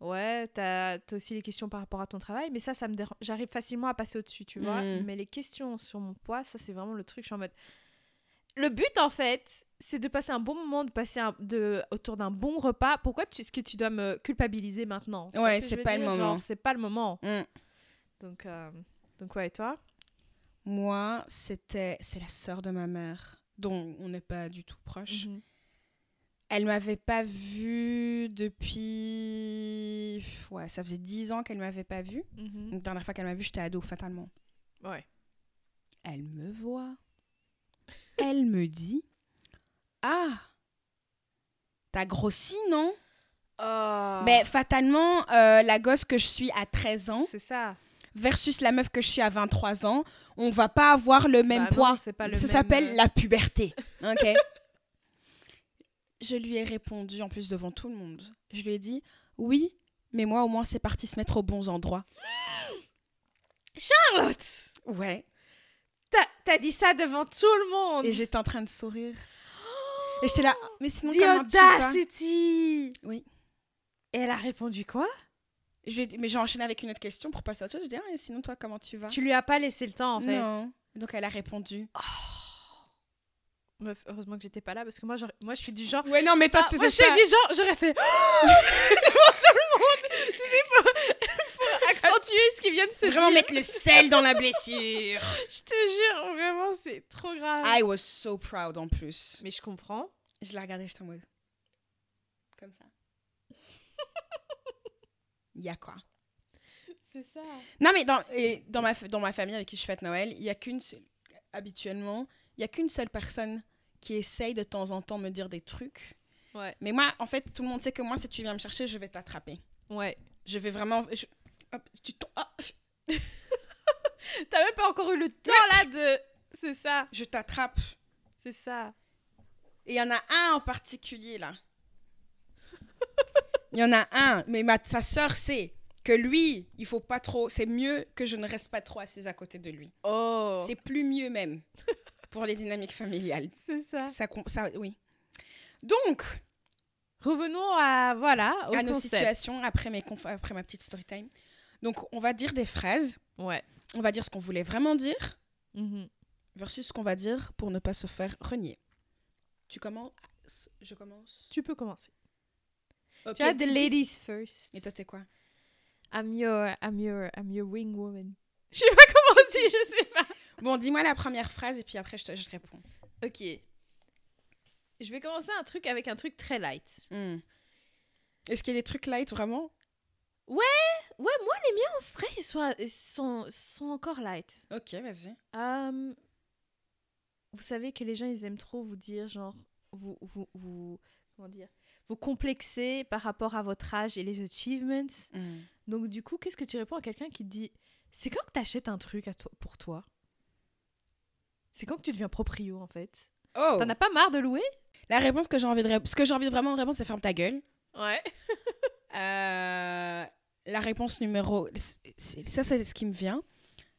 Speaker 3: Ouais, t'as t'as aussi les questions par rapport à ton travail, mais ça, ça me dérange. J'arrive facilement à passer au-dessus, tu vois.
Speaker 2: Mm.
Speaker 3: Mais les questions sur mon poids, ça, c'est vraiment le truc. Je suis en mode. Le but, en fait, c'est de passer un bon moment, de passer un- de, autour d'un bon repas. Pourquoi tu- est-ce que tu dois me culpabiliser maintenant Tu vois
Speaker 2: Ouais,
Speaker 3: ce que je
Speaker 2: c'est
Speaker 3: veux
Speaker 2: pas le
Speaker 3: dire
Speaker 2: moment.
Speaker 3: Genre, C'est pas le moment.
Speaker 2: Mm.
Speaker 3: Donc, euh, donc ouais, et toi
Speaker 2: Moi, c'était c'est la sœur de ma mère, dont on n'est pas du tout proche.
Speaker 3: Mhm.
Speaker 2: Elle m'avait pas vue depuis pff, ouais, ça faisait 10 ans qu'elle m'avait pas vue.
Speaker 3: Mhm.
Speaker 2: La dernière fois qu'elle m'a vue, j'étais ado fatalement.
Speaker 3: Ouais.
Speaker 2: Elle me voit. Elle me dit "Ah, t'as grossi, non
Speaker 3: Ah.
Speaker 2: Mais fatalement, euh, la gosse que je suis à 13 ans
Speaker 3: c'est ça.
Speaker 2: versus la meuf que je suis à 23 ans, on va pas avoir le même
Speaker 3: Bah non,
Speaker 2: poids.
Speaker 3: c'est pas le
Speaker 2: ça
Speaker 3: même,
Speaker 2: s'appelle
Speaker 3: euh,
Speaker 2: la puberté. OK. je lui ai répondu en plus devant tout le monde. Je lui ai dit "Oui, mais moi au moins c'est parti se mettre aux bons endroits."
Speaker 3: Charlotte
Speaker 2: Ouais.
Speaker 3: T'as- T'as dit ça devant tout le monde
Speaker 2: Et j'étais en train de sourire. Et j'étais là "Mais sinon
Speaker 3: The
Speaker 2: comment tu vas
Speaker 3: Audacity
Speaker 2: Oui. Et
Speaker 3: Et elle a répondu quoi
Speaker 2: Je lui ai dit- mais j'ai enchaîné avec une autre question pour passer à autre chose. Je dis "Ah, et sinon toi comment tu vas
Speaker 3: Tu lui as pas laissé le temps en fait.
Speaker 2: Non. Donc elle a répondu.
Speaker 3: Meuf, heureusement que j'étais pas là parce que moi, j'aurais- moi je suis du genre.
Speaker 2: Ouais non mais toi
Speaker 3: Ah,
Speaker 2: tu
Speaker 3: moi
Speaker 2: sais
Speaker 3: je suis
Speaker 2: ça.
Speaker 3: du genre, j'aurais fait. Oh, devant tout le monde Tu sais, pour, pour accentuer ce qui vient de se
Speaker 2: Vraiment
Speaker 3: dire.
Speaker 2: mettre le sel dans la blessure.
Speaker 3: Je te jure, vraiment, c'est trop grave.
Speaker 2: I was so proud en plus.
Speaker 3: Mais je comprends.
Speaker 2: Je la regardais, j'étais en mode. Comme ça. Il y a quoi
Speaker 3: C'est ça.
Speaker 2: Non, mais dans, et dans, ma, fa- dans ma famille avec qui je fête Noël, il y a qu'une seule. Habituellement, il y a qu'une seule personne qui essaye de temps en temps me dire des trucs.
Speaker 3: Ouais.
Speaker 2: Mais moi, en fait, tout le monde sait que moi, si tu viens me chercher, je vais t'attraper.
Speaker 3: Ouais.
Speaker 2: Je vais vraiment. je- hop, tu tom- ah, je-
Speaker 3: T'as même pas encore eu le temps là de. C'est ça.
Speaker 2: je t'attrape.
Speaker 3: C'est ça.
Speaker 2: Et il y en a un en particulier, là. Il y en a un, mais ma, sa sœur sait que lui, il faut pas trop. C'est mieux que je ne reste pas trop assise à côté de lui.
Speaker 3: Oh.
Speaker 2: C'est plus mieux même pour les dynamiques familiales.
Speaker 3: C'est ça.
Speaker 2: Ça, com- ça oui. Donc,
Speaker 3: Revenons à voilà au
Speaker 2: à nos
Speaker 3: concept.
Speaker 2: situations après, mes conf- après ma petite story time. Donc, on va dire des phrases.
Speaker 3: Ouais.
Speaker 2: On va dire ce qu'on voulait vraiment dire
Speaker 3: Mhm.
Speaker 2: versus ce qu'on va dire pour ne pas se faire renier. Tu commences Je commence.
Speaker 3: Tu peux commencer.
Speaker 2: Ok,
Speaker 3: Tu as the
Speaker 2: dis- dis-
Speaker 3: ladies first.
Speaker 2: Et toi, t'es quoi
Speaker 3: I'm your, I'm your, I'm your wing woman. Je sais pas comment on dit, je sais pas.
Speaker 2: Bon, dis-moi la première phrase et puis après je te, je te réponds.
Speaker 3: Ok. Je vais commencer un truc avec un truc très light.
Speaker 2: Hmm. Est-ce qu'il y a des trucs light vraiment
Speaker 3: Ouais, moi les miens en vrai ils sont, ils sont, sont encore light.
Speaker 2: Ok, vas-y.
Speaker 3: Hum, vous savez que les gens, ils aiment trop vous dire, genre, vous, vous, vous, comment dire, vous complexer par rapport à votre âge et les achievements. Donc, du coup, qu'est-ce que tu réponds à quelqu'un qui te dit C'est quand que t'achètes un truc à toi, pour toi C'est quand que tu deviens proprio, en fait
Speaker 2: Oh
Speaker 3: T'en as pas marre de louer
Speaker 2: La réponse que j'ai envie de ré- ce que j'ai envie de vraiment de répondre, c'est ferme ta gueule.
Speaker 3: Ouais.
Speaker 2: Euh, la réponse numéro c'est- ça, c'est ce qui me vient.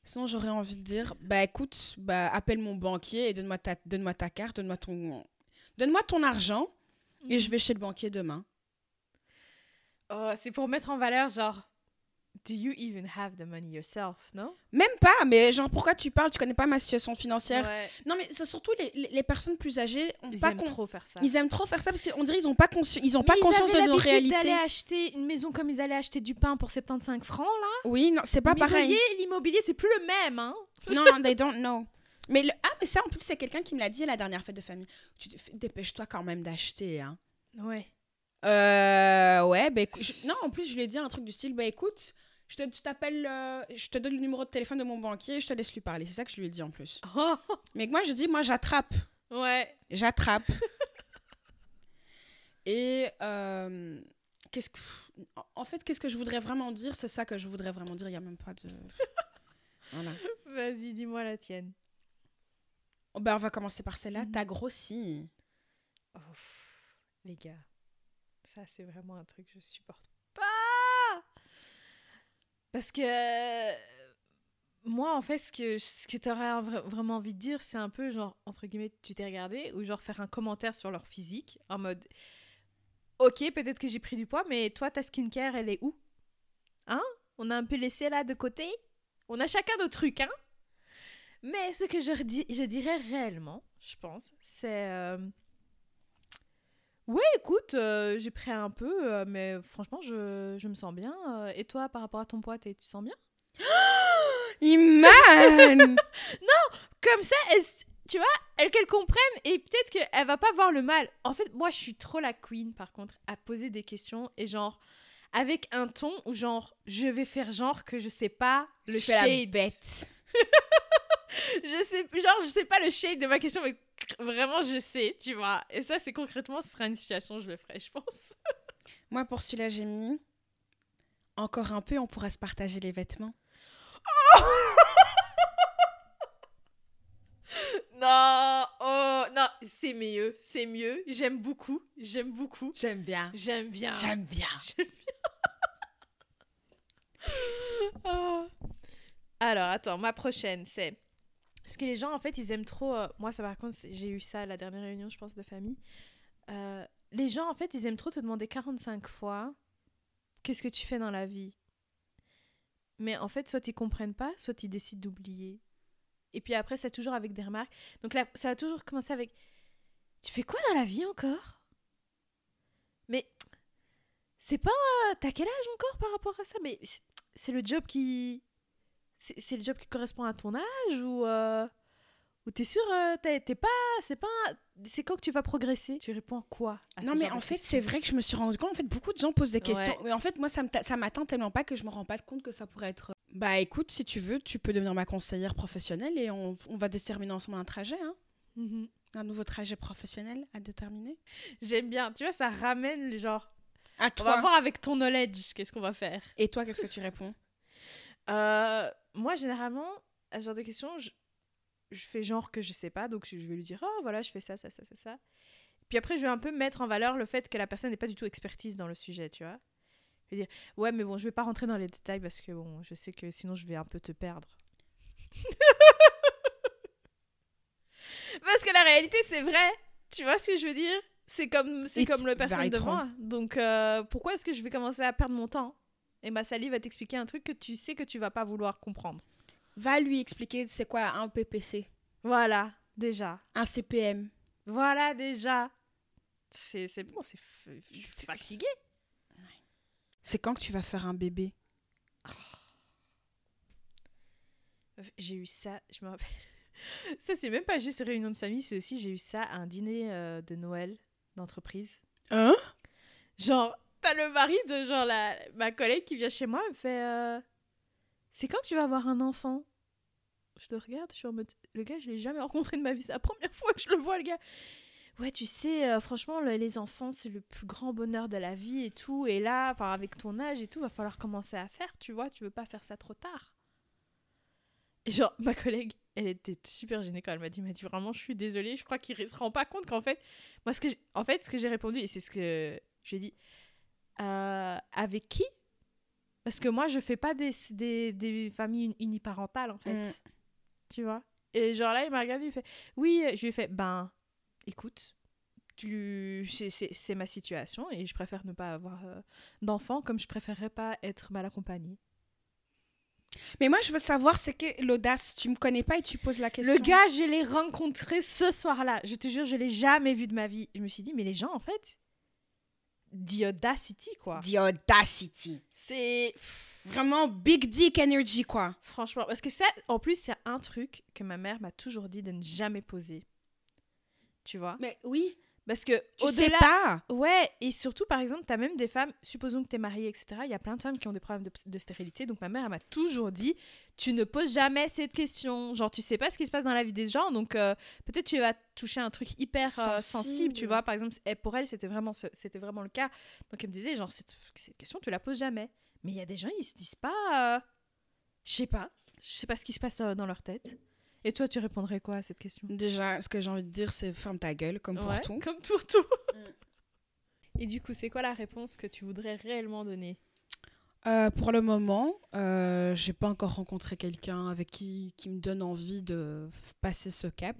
Speaker 2: Sinon, j'aurais envie de dire bah écoute, bah appelle mon banquier et donne-moi ta donne-moi ta carte, donne-moi ton donne-moi ton argent et je vais chez le banquier demain.
Speaker 3: Oh, c'est pour mettre en valeur, genre, Do you even have the money yourself, non
Speaker 2: Même pas, mais genre pourquoi tu parles, tu connais pas ma situation financière.
Speaker 3: Ouais.
Speaker 2: Non mais c'est surtout les, les- les personnes plus âgées ont
Speaker 3: Ils
Speaker 2: pas
Speaker 3: aiment
Speaker 2: con-
Speaker 3: trop faire ça.
Speaker 2: Ils aiment trop faire ça parce qu'on dirait qu'ils n'ont pas, consci- ils ont
Speaker 3: Mais
Speaker 2: pas
Speaker 3: ils
Speaker 2: conscience
Speaker 3: avaient
Speaker 2: de nos
Speaker 3: l'habitude
Speaker 2: réalités.
Speaker 3: d'aller acheter une maison comme ils allaient acheter du pain pour 75 francs, là.
Speaker 2: Oui, non, c'est pas
Speaker 3: Mais
Speaker 2: pareil.
Speaker 3: voyez, l'immobilier, c'est plus le même, hein.
Speaker 2: Non, they don't know. Mais le- ah, mais ça, en plus, c'est quelqu'un qui me l'a dit à la dernière fête de famille. Tu te- dépêche-toi quand même d'acheter. Hein.
Speaker 3: Ouais.
Speaker 2: Euh, ouais, bah écou- je- Non, en plus, je lui ai dit un truc du style bah écoute, je te- je t'appelle, euh, je te donne le numéro de téléphone de mon banquier et je te laisse lui parler. C'est ça que je lui ai dit en plus.
Speaker 3: Oh.
Speaker 2: Mais moi, je dis moi, j'attrape.
Speaker 3: ouais.
Speaker 2: J'attrape. Et euh, qu'est-ce que, en- en fait, qu'est-ce que je voudrais vraiment dire C'est ça que je voudrais vraiment dire. Il y a même pas de. Voilà.
Speaker 3: Vas-y, dis-moi la tienne.
Speaker 2: Oh, ben, on va commencer par celle-là.
Speaker 3: Mhm.
Speaker 2: T'as grossi.
Speaker 3: Oh, pff, les gars, ça, c'est vraiment un truc que je supporte pas. Parce que... euh, Moi, en fait, ce que, ce que t'aurais vra- vraiment envie de dire, c'est un peu genre, entre guillemets, tu t'es regardé, ou genre faire un commentaire sur leur physique, en mode, ok, peut-être que j'ai pris du poids, mais toi, ta skincare, elle est où Hein On a un peu laissé là de côté On a chacun nos trucs, hein Mais ce que je, redi- je dirais réellement, je pense, c'est... euh, Ouais, écoute, euh, j'ai pris un peu, euh, mais franchement, je, je me sens bien. euh, et toi, par rapport à ton poids, t'es- tu te sens bien
Speaker 2: Iman
Speaker 3: Comme ça, elles, s- tu vois, elles qu'elles comprennent et peut-être qu'elle va pas voir le mal. En fait, moi, je suis trop la queen, par contre, à poser des questions et genre, avec un ton où genre, je vais faire genre que je sais pas le
Speaker 2: Je fais la
Speaker 3: shade.
Speaker 2: bête.
Speaker 3: je sais genre je sais pas le shade de ma question mais cr- vraiment je sais tu vois et ça c'est concrètement ce sera une situation où je le ferai je pense
Speaker 2: Moi, pour celui-là, j'ai mis. Encore un peu, on pourra se partager les vêtements.
Speaker 3: non oh non c'est mieux c'est mieux j'aime beaucoup j'aime beaucoup
Speaker 2: J'aime bien.
Speaker 3: j'aime bien
Speaker 2: J'aime bien.
Speaker 3: Ah. alors attends ma prochaine c'est parce que les gens en fait ils aiment trop euh, moi ça par contre c'est- j'ai eu ça à la dernière réunion je pense de famille Euh, les gens en fait ils aiment trop te demander 45 fois qu'est-ce que tu fais dans la vie mais en fait soit ils comprennent pas soit ils décident d'oublier et puis après c'est toujours avec des remarques donc là ça a toujours commencé avec tu fais quoi dans la vie encore mais c'est pas euh, t'as quel âge encore par rapport à ça mais c'est- c'est le job qui c'est c'est le job qui correspond à ton âge ou euh, ou t'es sûr euh, t'es t'es pas c'est pas un- c'est quand que tu vas progresser tu réponds quoi à
Speaker 2: non,
Speaker 3: ce
Speaker 2: mais
Speaker 3: genre
Speaker 2: en
Speaker 3: de
Speaker 2: fait,
Speaker 3: questions
Speaker 2: c'est vrai que je me suis rendu compte. En fait, beaucoup de gens posent des questions.
Speaker 3: Ouais.
Speaker 2: Mais en fait, moi, ça me ta- ça m'atteint tellement pas que je me rends pas compte que ça pourrait être. Bah écoute, si tu veux, tu peux devenir ma conseillère professionnelle et on, on va déterminer ensemble un trajet, hein.
Speaker 3: Mhm.
Speaker 2: Un nouveau trajet professionnel à déterminer.
Speaker 3: J'aime bien, tu vois, ça ramène le genre.
Speaker 2: À
Speaker 3: On va
Speaker 2: toi.
Speaker 3: voir avec ton knowledge qu'est-ce qu'on va faire.
Speaker 2: Et toi, qu'est-ce que tu réponds
Speaker 3: Euh, moi, généralement, à ce genre de questions, je, je fais genre que je sais pas, donc je je vais lui dire, oh voilà, je fais ça, ça, ça, ça, ça. Puis après, je vais un peu mettre en valeur le fait que la personne n'est pas du tout expertise dans le sujet, tu vois. Je vais dire, ouais, mais bon, je vais pas rentrer dans les détails parce que bon, je sais que sinon je vais un peu te perdre. parce que la réalité, c'est vrai. Tu vois ce que je veux dire C'est comme, c'est
Speaker 2: It's
Speaker 3: comme le personne
Speaker 2: very
Speaker 3: de
Speaker 2: true.
Speaker 3: moi. Donc, euh, pourquoi est-ce que je vais commencer à perdre mon temps et ma salive va t'expliquer un truc que tu sais que tu vas pas vouloir comprendre.
Speaker 2: Va lui expliquer c'est quoi un PPC,
Speaker 3: Voilà, déjà.
Speaker 2: un CPM.
Speaker 3: Voilà, déjà. C'est c'est bon, c'est f- je suis fatiguée.
Speaker 2: C'est quand que tu vas faire un bébé
Speaker 3: J'ai eu ça, je me rappelle. Ça, c'est même pas juste une réunion de famille, c'est aussi j'ai eu ça à un dîner euh, de Noël d'entreprise.
Speaker 2: Hein
Speaker 3: Genre, t'as le mari de genre la, ma collègue qui vient chez moi, elle me fait euh, C'est quand que tu vas avoir un enfant Je le regarde, je suis en mode Le gars, je l'ai jamais rencontré de ma vie, c'est la première fois que je le vois, le gars. Ouais, tu sais, euh, franchement, le- les enfants, c'est le plus grand bonheur de la vie et tout. Et là, enfin, avec ton âge et tout, va falloir commencer à faire, tu vois, tu veux pas faire ça trop tard. Et genre, ma collègue, elle était super gênée quand elle m'a dit, m'a dit vraiment, je suis désolée, je crois qu'il se rend pas compte qu'en fait, moi, ce que j'ai- en fait, ce que j'ai répondu, et c'est ce que je lui ai dit, Euh, avec qui Parce que moi, je fais pas des, des, des familles uni- uniparentales, en fait.
Speaker 2: Mm.
Speaker 3: Tu vois Et genre là, il m'a regardé, il fait, oui, je lui ai fait, ben, écoute, tu... c'est- c'est c'est ma situation et je préfère ne pas avoir euh, d'enfant comme je préférerais pas être mal accompagnée.
Speaker 2: Mais moi, je veux savoir, c'est que l'audace, tu me connais pas et tu poses la question.
Speaker 3: Le gars, je l'ai rencontré ce soir-là. Je te jure, je l'ai jamais vu de ma vie. Je me suis dit, mais les gens, en fait, the audacity, quoi.
Speaker 2: The audacity.
Speaker 3: C'est
Speaker 2: Vraiment big dick energy, quoi.
Speaker 3: franchement parce que ça, en plus, c'est un truc que ma mère m'a toujours dit de ne jamais poser. Tu vois
Speaker 2: Mais oui,
Speaker 3: Parce que
Speaker 2: tu sais
Speaker 3: au-delà,
Speaker 2: pas.
Speaker 3: Ouais, et surtout, par exemple, t'as même des femmes, supposons que t'es mariée, etc., il y a plein de femmes qui ont des problèmes de, de stérilité, donc ma mère, elle m'a toujours dit, tu ne poses jamais cette question, genre, tu sais pas ce qui se passe dans la vie des gens, donc euh, peut-être tu vas toucher un truc hyper euh, sensible.
Speaker 2: Sensible.
Speaker 3: tu vois, par exemple, elle- pour elle, c'était vraiment, ce- c'était vraiment le cas, donc elle me disait, genre, cette, cette question, tu la poses jamais. Mais il y a des gens, ils se disent pas, euh, je sais pas, je sais pas ce qui se passe euh, dans leur tête. Et toi, tu répondrais quoi à cette question
Speaker 2: Déjà, ce que j'ai envie de dire, c'est ferme ta gueule, comme pour
Speaker 3: Ouais,
Speaker 2: tout.
Speaker 3: Comme pour tout. Et du coup, c'est quoi la réponse que tu voudrais réellement donner
Speaker 2: Euh, pour le moment, euh, j'ai pas encore rencontré quelqu'un avec qui, qui me donne envie de f- passer ce cap.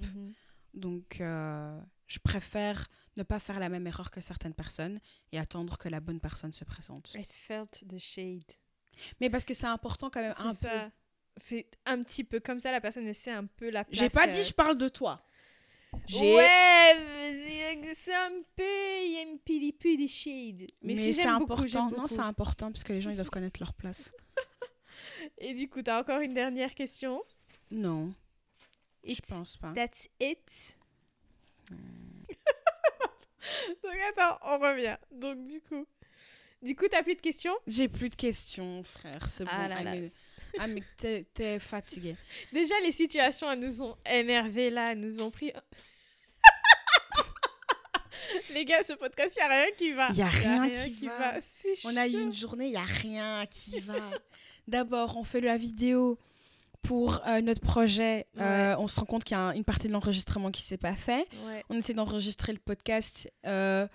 Speaker 2: Donc, euh, je préfère ne pas faire la même erreur que certaines personnes et attendre que la bonne personne se présente.
Speaker 3: I felt the shade.
Speaker 2: Mais parce que c'est important quand même un peu.
Speaker 3: C'est ça. C'est un petit peu comme ça, la personne essaie un peu la place.
Speaker 2: J'ai pas
Speaker 3: que-
Speaker 2: dit je parle de toi. J'ai-
Speaker 3: Ouais, mais c'est- c'est un peu. Il y a une pili des shade.
Speaker 2: Mais,
Speaker 3: si,
Speaker 2: c'est
Speaker 3: j'aime beaucoup,
Speaker 2: important.
Speaker 3: j'aime
Speaker 2: non, c'est
Speaker 3: beaucoup.
Speaker 2: important parce que les gens ils doivent connaître leur place.
Speaker 3: Et du coup, t'as encore une dernière question.
Speaker 2: Non, je
Speaker 3: It's-
Speaker 2: pense hein. Hmm. pas.
Speaker 3: That's it. Donc attends, on revient. Donc du coup, du coup, t'as plus de questions
Speaker 2: J'ai plus de questions, frère. C'est bon.
Speaker 3: Ah là
Speaker 2: I
Speaker 3: là.
Speaker 2: mean- I mean, t'es- t'es fatiguée.
Speaker 3: Déjà, les situations, elles nous ont énervées là, elles nous ont pris. les gars, ce podcast, y a rien qui va.
Speaker 2: Y a
Speaker 3: Y
Speaker 2: rien qui va.
Speaker 3: C'est
Speaker 2: On a eu
Speaker 3: chiant.
Speaker 2: une journée, il n'y a rien qui va. D'abord, on fait la vidéo pour euh, notre projet. Euh, on se rend compte qu'il y a un- une partie de l'enregistrement qui s'est pas fait.
Speaker 3: Ouais.
Speaker 2: On essaie d'enregistrer le podcast. euh,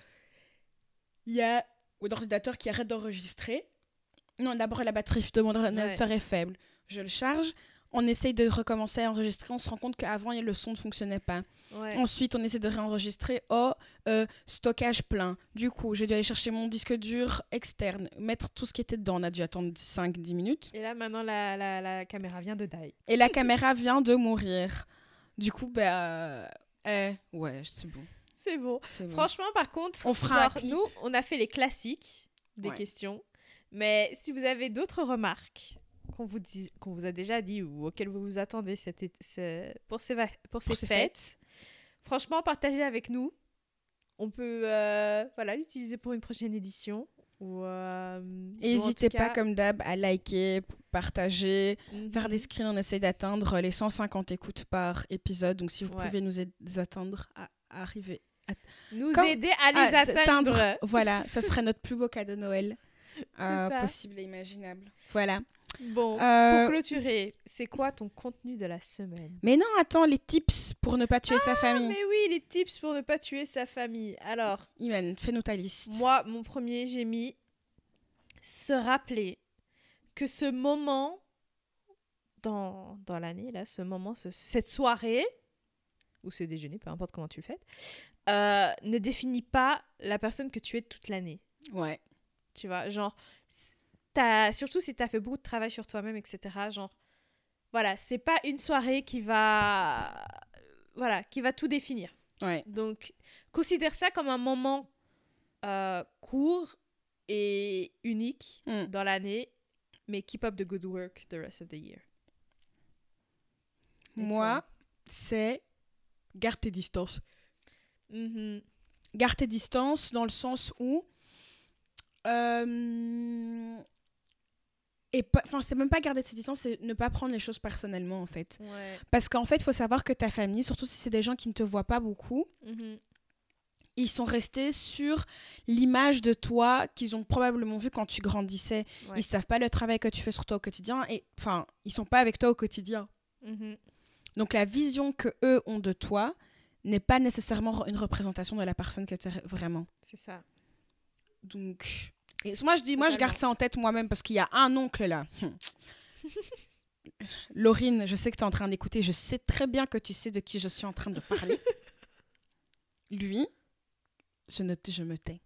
Speaker 2: Il y a un ordinateur qui arrête d'enregistrer. Non, d'abord, la batterie de mon ordinateur est faible. Je le charge. On essaye de recommencer à enregistrer. On se rend compte qu'avant, le son ne fonctionnait pas.
Speaker 3: Ouais.
Speaker 2: Ensuite, on essaie de réenregistrer. Oh, euh, stockage plein. Du coup, j'ai dû aller chercher mon disque dur externe, mettre tout ce qui était dedans. On a dû attendre 5-10 minutes.
Speaker 3: Et là, maintenant, la, la, la caméra vient de die.
Speaker 2: Et la caméra vient de mourir. Du coup, bah. euh, ouais, c'est bon.
Speaker 3: C'est bon.
Speaker 2: c'est bon.
Speaker 3: Franchement, par contre,
Speaker 2: On fera un
Speaker 3: genre,
Speaker 2: clip.
Speaker 3: nous, on a fait les classiques des
Speaker 2: Ouais.
Speaker 3: questions. Mais si vous avez d'autres remarques qu'on vous, dise- qu'on vous a déjà dit ou auxquelles vous vous attendez cet été- ce- pour ces, va- pour ces
Speaker 2: ces
Speaker 3: fêtes, franchement, partagez avec nous. On peut euh, voilà l'utiliser pour une prochaine édition. Ou, euh,
Speaker 2: Et
Speaker 3: ou en
Speaker 2: N'hésitez
Speaker 3: tout
Speaker 2: pas,
Speaker 3: cas-
Speaker 2: comme d'hab, à liker, partager,
Speaker 3: Mhm.
Speaker 2: faire des screens. On essaie d'atteindre les 150 écoutes par épisode. Donc, si vous
Speaker 3: Ouais.
Speaker 2: pouvez nous aid- atteindre à, à arriver.
Speaker 3: Nous
Speaker 2: Quand- Ah,
Speaker 3: aider à les
Speaker 2: à
Speaker 3: atteindre.
Speaker 2: Voilà, ça serait notre plus beau cadeau de Noël euh,
Speaker 3: ça.
Speaker 2: possible et imaginable. Voilà.
Speaker 3: Bon,
Speaker 2: Euh,
Speaker 3: pour clôturer, c'est quoi ton contenu de la semaine
Speaker 2: Mais non, attends, les tips pour ne pas tuer sa famille.
Speaker 3: Ah, Mais oui, les tips pour ne pas tuer sa famille. Alors,
Speaker 2: Iman, fais-nous ta liste.
Speaker 3: moi, mon premier, j'ai mis se rappeler que ce moment dans, dans l'année, là, ce moment, ce- cette soirée, ou ce déjeuner, peu importe comment tu le fais, euh, ne définit pas la personne que tu es toute l'année.
Speaker 2: Ouais.
Speaker 3: Tu vois, genre, c- t'as- surtout si tu as fait beaucoup de travail sur toi-même, etc. Genre, voilà, c'est pas une soirée qui va, voilà, qui va tout définir.
Speaker 2: Ouais.
Speaker 3: Donc, considère ça comme un moment euh, court et unique
Speaker 2: Mm.
Speaker 3: dans l'année, mais keep up the good work the rest of the year. Et
Speaker 2: Moi, c'est garde tes distances.
Speaker 3: Mhm.
Speaker 2: Garde tes distances dans le sens où. euh, et pas- enfin, c'est même pas garder ses distances, c'est ne pas prendre les choses personnellement en fait.
Speaker 3: Ouais.
Speaker 2: Parce qu'en fait, il faut savoir que ta famille, surtout si c'est des gens qui ne te voient pas beaucoup,
Speaker 3: Mhm.
Speaker 2: ils sont restés sur l'image de toi qu'ils ont probablement vu quand tu grandissais.
Speaker 3: Ouais.
Speaker 2: Ils savent pas le travail que tu fais sur toi au quotidien et enfin, ils sont pas avec toi au quotidien.
Speaker 3: Mhm.
Speaker 2: Donc la vision que eux ont de toi n'est pas nécessairement une représentation de la personne que tu es vraiment.
Speaker 3: C'est ça.
Speaker 2: Donc et moi je dis moi je garde ça en tête moi-même parce qu'il y a un oncle là. Hum. Laurine, je sais que tu es en train d'écouter, je sais très bien que tu sais de qui je suis en train de parler. lui, je, ne, je me tais.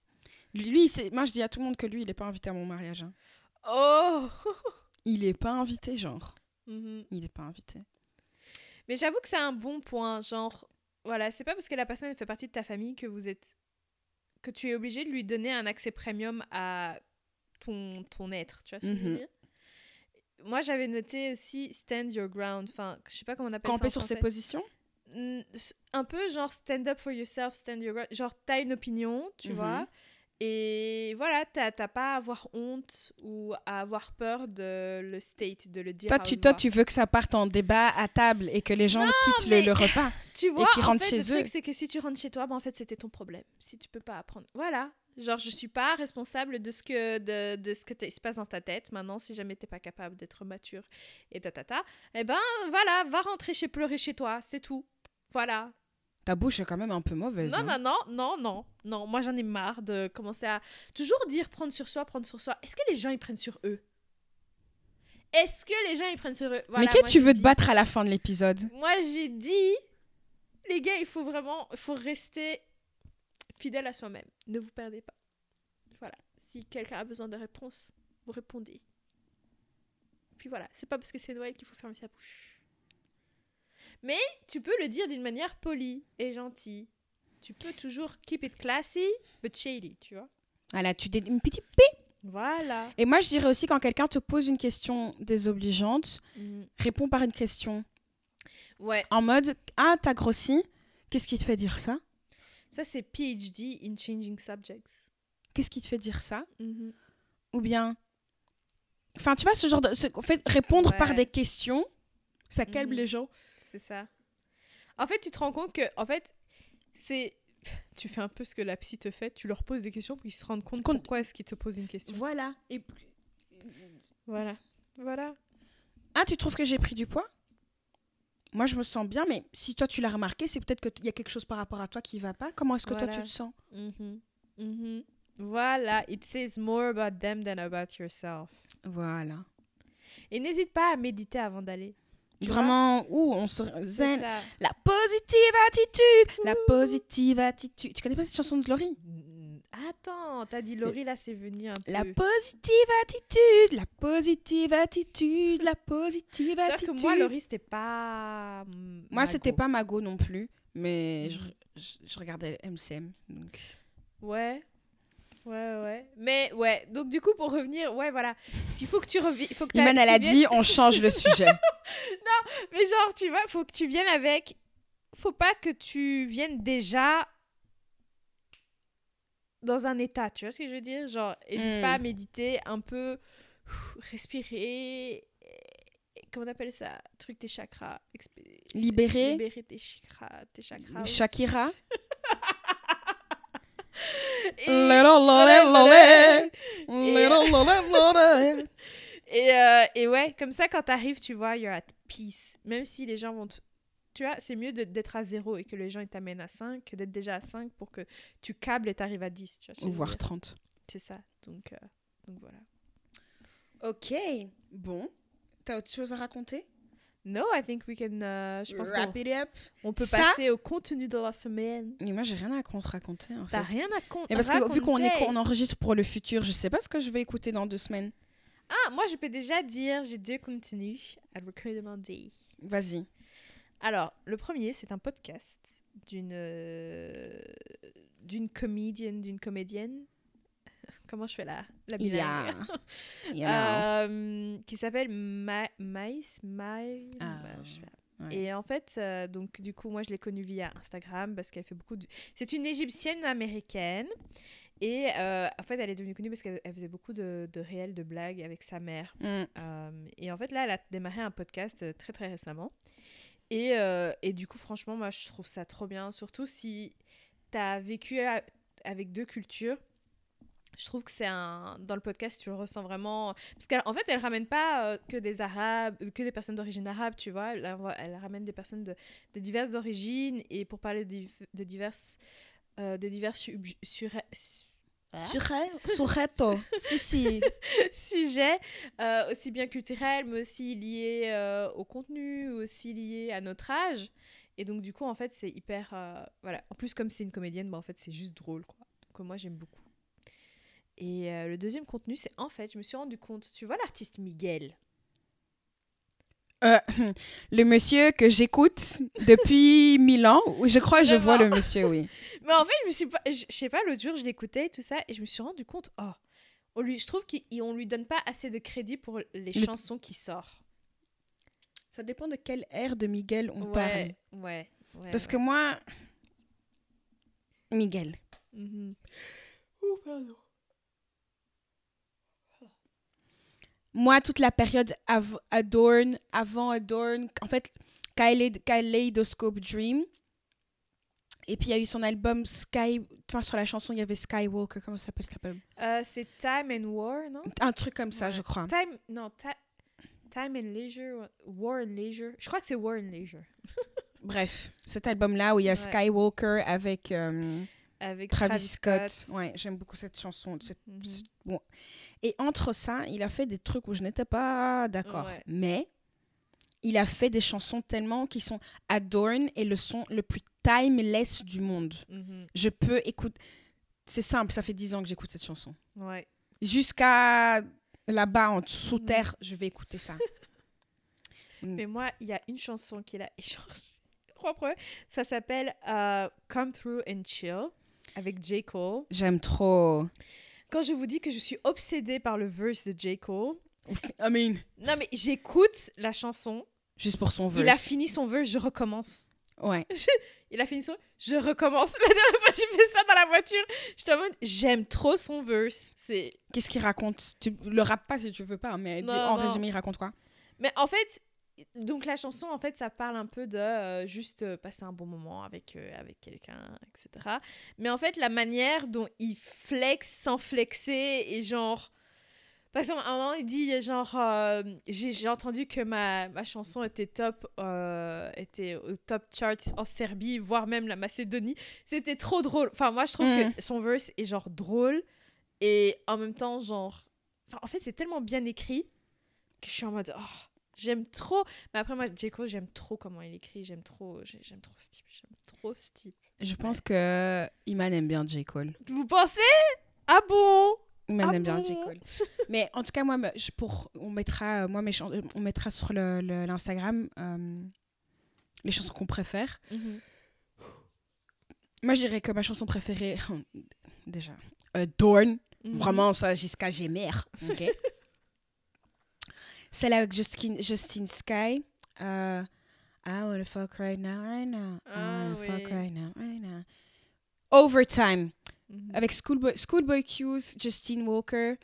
Speaker 2: Lui, lui, c'est- moi je dis à tout le monde que lui, il n'est pas invité à mon mariage. hein.
Speaker 3: Oh
Speaker 2: Il n'est pas invité, genre.
Speaker 3: Mhm.
Speaker 2: Il n'est pas invité.
Speaker 3: Mais j'avoue que c'est un bon point. Genre, voilà, c'est pas parce que la personne elle fait partie de ta famille que vous êtes. que tu es obligé de lui donner un accès premium à ton, ton être. Tu vois ce que je veux
Speaker 2: Mhm.
Speaker 3: dire Moi, j'avais noté aussi stand your ground. Enfin, je sais pas comment on appelle
Speaker 2: Camper
Speaker 3: ça.
Speaker 2: sur
Speaker 3: en
Speaker 2: ses
Speaker 3: français.
Speaker 2: positions
Speaker 3: Mm, s- un peu genre stand up for yourself, stand your ground. Genre, t'as une opinion, tu
Speaker 2: Mhm.
Speaker 3: vois. Et voilà, t'as t'as pas à avoir honte ou à avoir peur de le state, de le dire.
Speaker 2: Toi
Speaker 3: out
Speaker 2: tu,
Speaker 3: loud.
Speaker 2: toi, tu veux que ça parte en débat à table et que les gens quittent le-
Speaker 3: mais-
Speaker 2: le, repas.
Speaker 3: tu vois,
Speaker 2: qui
Speaker 3: en
Speaker 2: rentrent
Speaker 3: fait,
Speaker 2: chez
Speaker 3: le truc,
Speaker 2: eux.
Speaker 3: c'est que si tu rentres chez toi, bah, en fait, c'était ton problème. Si tu peux pas apprendre. Voilà. Genre, je suis pas responsable de ce que, de, de ce que t'es- se passe dans ta tête. Maintenant, si jamais t'es pas capable d'être mature et ta ta ta, eh ben voilà, va rentrer chez pleurer chez toi, c'est tout. Voilà.
Speaker 2: Ta bouche est quand même un peu mauvaise.
Speaker 3: Non,
Speaker 2: hein.
Speaker 3: non, non, non, non, non. Moi, j'en ai marre de commencer à toujours dire prendre sur soi, prendre sur soi. Est-ce que les gens, ils prennent sur eux Est-ce que les gens, ils prennent sur eux Voilà,
Speaker 2: Mais qu'est-ce
Speaker 3: moi,
Speaker 2: que tu
Speaker 3: j'ai
Speaker 2: veux te
Speaker 3: dit-
Speaker 2: battre à la fin de l'épisode
Speaker 3: moi, j'ai dit, les gars, il faut vraiment, il faut rester fidèle à soi-même. Ne vous perdez pas. Voilà. Si quelqu'un a besoin de réponse, vous répondez. Puis voilà, c'est pas parce que c'est Noël qu'il faut fermer sa bouche. Mais tu peux le dire d'une manière polie et gentille. Tu peux toujours keep it classy, but shady, tu vois.
Speaker 2: Voilà, tu dis une petite
Speaker 3: Voilà.
Speaker 2: Et moi, je dirais aussi quand quelqu'un te pose une question désobligeante,
Speaker 3: Mm.
Speaker 2: réponds par une question.
Speaker 3: Ouais.
Speaker 2: En mode, ah, t'as grossi, qu'est-ce qui te fait dire ça
Speaker 3: Ça, c'est PhD in Changing Subjects.
Speaker 2: Qu'est-ce qui te fait dire ça
Speaker 3: Mhm.
Speaker 2: Ou bien. Enfin, tu vois, ce genre de. ce- en fait, répondre par
Speaker 3: Ouais.
Speaker 2: des questions, ça calme
Speaker 3: Mhm.
Speaker 2: les gens.
Speaker 3: C'est ça. En fait, tu te rends compte que, en fait, c'est. Tu fais un peu ce que la psy te fait, tu leur poses des questions pour qu'ils se rendent compte
Speaker 2: Compte-
Speaker 3: pourquoi est-ce qu'ils te posent une question.
Speaker 2: Voilà. Et...
Speaker 3: Voilà. Voilà.
Speaker 2: Ah, tu trouves que j'ai pris du poids Moi, je me sens bien, mais si toi, tu l'as remarqué, c'est peut-être qu'il y a quelque chose par rapport à toi qui va pas. Comment est-ce que toi,
Speaker 3: Voilà.
Speaker 2: tu te sens
Speaker 3: Mhm. Mhm. Voilà. It says more about them than about yourself.
Speaker 2: Voilà.
Speaker 3: Et n'hésite pas à méditer avant d'aller. Tu vois
Speaker 2: Vraiment, ouh, on se.
Speaker 3: C'est
Speaker 2: Zen.
Speaker 3: ça.
Speaker 2: La positive attitude La positive attitude. Tu connais pas cette chanson de Glory
Speaker 3: Mm, Attends, t'as dit Laurie, là, c'est venu un peu.
Speaker 2: La positive attitude La positive attitude La positive
Speaker 3: Sauf
Speaker 2: attitude
Speaker 3: que moi, Laurie, c'était pas. mm,
Speaker 2: Moi,
Speaker 3: ma
Speaker 2: c'était
Speaker 3: go.
Speaker 2: pas Mago non plus, mais je,
Speaker 3: Mhm.
Speaker 2: je- je regardais MCM. Donc.
Speaker 3: Ouais. Ouais, ouais. Mais ouais, donc du coup, pour revenir, ouais, voilà. S'il faut que tu reviennes. faut que
Speaker 2: Iman,
Speaker 3: t'a-
Speaker 2: elle
Speaker 3: tu
Speaker 2: a
Speaker 3: viennes-
Speaker 2: dit on change le sujet.
Speaker 3: Mais genre, tu vois, faut que tu viennes avec. Faut pas que tu viennes déjà dans un état, tu vois ce que je veux dire Genre, n'hésite
Speaker 2: Hmm.
Speaker 3: pas à méditer un peu, ouf, respirer. et- Comment on appelle ça Truc des chakras. expé-
Speaker 2: Libérer.
Speaker 3: Libérer tes chakras. Tes chakras
Speaker 2: Shakira.
Speaker 3: Et-
Speaker 2: Little lolé lolé. Little lolé lolé.
Speaker 3: Et, euh, et ouais, comme ça, quand t'arrives, tu vois, you're at peace. Même si les gens vont te... Tu vois, c'est mieux de- d'être à zéro et que les gens ils t'amènent à 5 que d'être déjà à 5 pour que tu câbles et t'arrives à 10. Tu vois, ce
Speaker 2: Ou
Speaker 3: que je veux
Speaker 2: voir
Speaker 3: dire.
Speaker 2: 30.
Speaker 3: C'est ça. Donc, euh, donc voilà.
Speaker 2: Ok, bon. T'as autre chose à raconter
Speaker 3: No, I think we can... euh, je pense qu'on
Speaker 2: Wrap it up.
Speaker 3: on peut
Speaker 2: Ça-
Speaker 3: passer au contenu de la semaine.
Speaker 2: Mais moi, j'ai rien à contre raconter en fait.
Speaker 3: T'as rien à compter.
Speaker 2: Et parce que vu qu'on éco- on enregistre pour le futur, je sais pas ce que je vais écouter dans deux semaines.
Speaker 3: Ah, moi, je peux déjà dire, j'ai deux contenus à recommander.
Speaker 2: Vas-y.
Speaker 3: Alors, le premier, c'est un podcast d'une euh, d'une comédienne, d'une comédienne. Comment je fais là La
Speaker 2: Il y a.
Speaker 3: bilingue.
Speaker 2: Il y en a. un.
Speaker 3: Euh, qui s'appelle Ma- Maïs, Maï-
Speaker 2: Ah,
Speaker 3: bah, je sais pas.
Speaker 2: ouais.
Speaker 3: Et en fait, euh, donc du coup, moi, je l'ai connue via Instagram parce qu'elle fait beaucoup de. C'est une Égyptienne américaine et euh, en fait, elle est devenue connue parce qu'elle elle faisait beaucoup de, de réels, de blagues avec sa mère.
Speaker 2: Mm.
Speaker 3: Euh, et en fait, là, elle a démarré un podcast euh, très très récemment. Et, euh, et du coup, franchement, moi, je trouve ça trop bien. Surtout si tu as vécu a- avec deux cultures. Je trouve que c'est un. Dans le podcast, tu le ressens vraiment. Parce qu'en fait, elle ramène pas euh, que des Arabes, que des personnes d'origine arabe, tu vois. Elle, envoie- elle ramène des personnes de, de diverses origines. Et pour parler de, div- de diverses. euh, de divers sub- sure- su-
Speaker 2: Surre- Surreto. Mm. si, si.
Speaker 3: sujet, euh, aussi bien culturel, mais aussi lié euh, au contenu, aussi lié à notre âge. Et donc, du coup, en fait, c'est hyper. euh, voilà. En plus, comme c'est une comédienne, bah, en fait, c'est juste drôle, quoi. Donc, moi, j'aime beaucoup. Et euh, le deuxième contenu, c'est en fait, je me suis rendu compte, tu vois l'artiste Miguel
Speaker 2: Euh, le monsieur que j'écoute depuis mille ans, ou je crois que je vois le monsieur, oui.
Speaker 3: Mais en fait, je me suis pas. Je je sais pas, l'autre jour, je l'écoutais et tout ça, et je me suis rendu compte, oh, on lui, je trouve qu'on lui donne pas assez de crédit pour les
Speaker 2: Le-
Speaker 3: chansons qui sortent.
Speaker 2: Ça dépend de quelle ère de Miguel on parle.
Speaker 3: Ouais, ouais, ouais.
Speaker 2: Parce que moi, Miguel.
Speaker 3: que.
Speaker 2: Oh, Moi, toute la période av- Adorn, avant Adorn, en fait, Kale- Kaleidoscope Dream. Et puis, il y a eu son album Sky. Enfin, sur la chanson, il y avait Skywalker. Comment ça s'appelle cet album
Speaker 3: Euh, c'est Time and War, non
Speaker 2: Un truc comme ça,
Speaker 3: Ouais.
Speaker 2: je crois.
Speaker 3: Time, non, Ti- Time and Leisure, War and Leisure. Je crois que c'est War and Leisure.
Speaker 2: Bref, cet album-là où il y a
Speaker 3: Ouais.
Speaker 2: Skywalker avec euh,
Speaker 3: Avec
Speaker 2: Travis, Scott. Ouais, j'aime beaucoup cette chanson. cette-
Speaker 3: Mhm.
Speaker 2: cette- bon. Et entre ça, il a fait des trucs où je n'étais pas d'accord.
Speaker 3: Ouais.
Speaker 2: Mais il a fait des chansons tellement qui sont Adorn et le son le plus timeless du monde.
Speaker 3: Mhm.
Speaker 2: Je peux écouter. C'est simple, ça fait 10 ans que j'écoute cette chanson.
Speaker 3: Ouais.
Speaker 2: Jusqu'à là-bas, en sous
Speaker 3: Mhm.
Speaker 2: terre, je vais écouter ça.
Speaker 3: Mais moi, il y a une chanson qu'il a échangée. Propre. Ça s'appelle euh, Come Through and Chill avec J. Cole.
Speaker 2: J'aime trop.
Speaker 3: Quand je vous dis que je suis obsédée par le verse de J. Cole,
Speaker 2: I mean,
Speaker 3: non mais j'écoute la chanson,
Speaker 2: juste pour son
Speaker 3: il a
Speaker 2: verse.
Speaker 3: fini son verse, je recommence.
Speaker 2: Ouais.
Speaker 3: Il a fini son, je recommence. La dernière fois j'ai fait ça dans la voiture, je en mode, j'aime trop son verse. C'est
Speaker 2: Qu'est-ce qu'il raconte Tu le rappes pas si tu veux pas, hein, mais dis-
Speaker 3: Non,
Speaker 2: en
Speaker 3: non.
Speaker 2: résumé, il raconte quoi
Speaker 3: Mais en fait, donc la chanson, en fait, ça parle un peu de euh, juste euh, passer un bon moment avec, euh, avec quelqu'un, etc. Mais en fait, la manière dont il flexe sans flexer et genre... Par exemple, à un moment, il dit genre... euh, J'ai j'ai entendu que ma, ma chanson était top, euh, était au top charts en Serbie, voire même la Macédonie. C'était trop drôle. Enfin, moi, je trouve
Speaker 2: Mm.
Speaker 3: que son verse est genre drôle et en même temps, genre... Enfin, en fait, c'est tellement bien écrit que je suis en mode... Oh, J'aime trop. Mais après, moi, J. Cole, j'aime trop comment il écrit. J'aime trop, j'ai- j'aime trop ce type. J'aime trop ce type.
Speaker 2: Je pense que Iman aime bien J. Cole.
Speaker 3: Vous pensez Ah bon
Speaker 2: Iman
Speaker 3: Ah
Speaker 2: aime bien
Speaker 3: bon
Speaker 2: J. Cole. mais en tout cas, moi, me- je- pour, on mettra, euh, moi, mes chans- euh, on mettra sur le- le- l'Instagram euh, les chansons qu'on préfère.
Speaker 3: Mhm.
Speaker 2: Moi, je dirais que ma chanson préférée, déjà, euh, Dorn.
Speaker 3: Mhm.
Speaker 2: Vraiment, ça, jusqu'à Gémer. Ok. Celle avec Justin, Justin Sky. euh, I wanna fuck right now, right now. I
Speaker 3: Ah,
Speaker 2: wanna fuck
Speaker 3: oui.
Speaker 2: right now, right now. Overtime.
Speaker 3: Mhm.
Speaker 2: Avec Schoolboy, Schoolboy Q's, Justin Walker.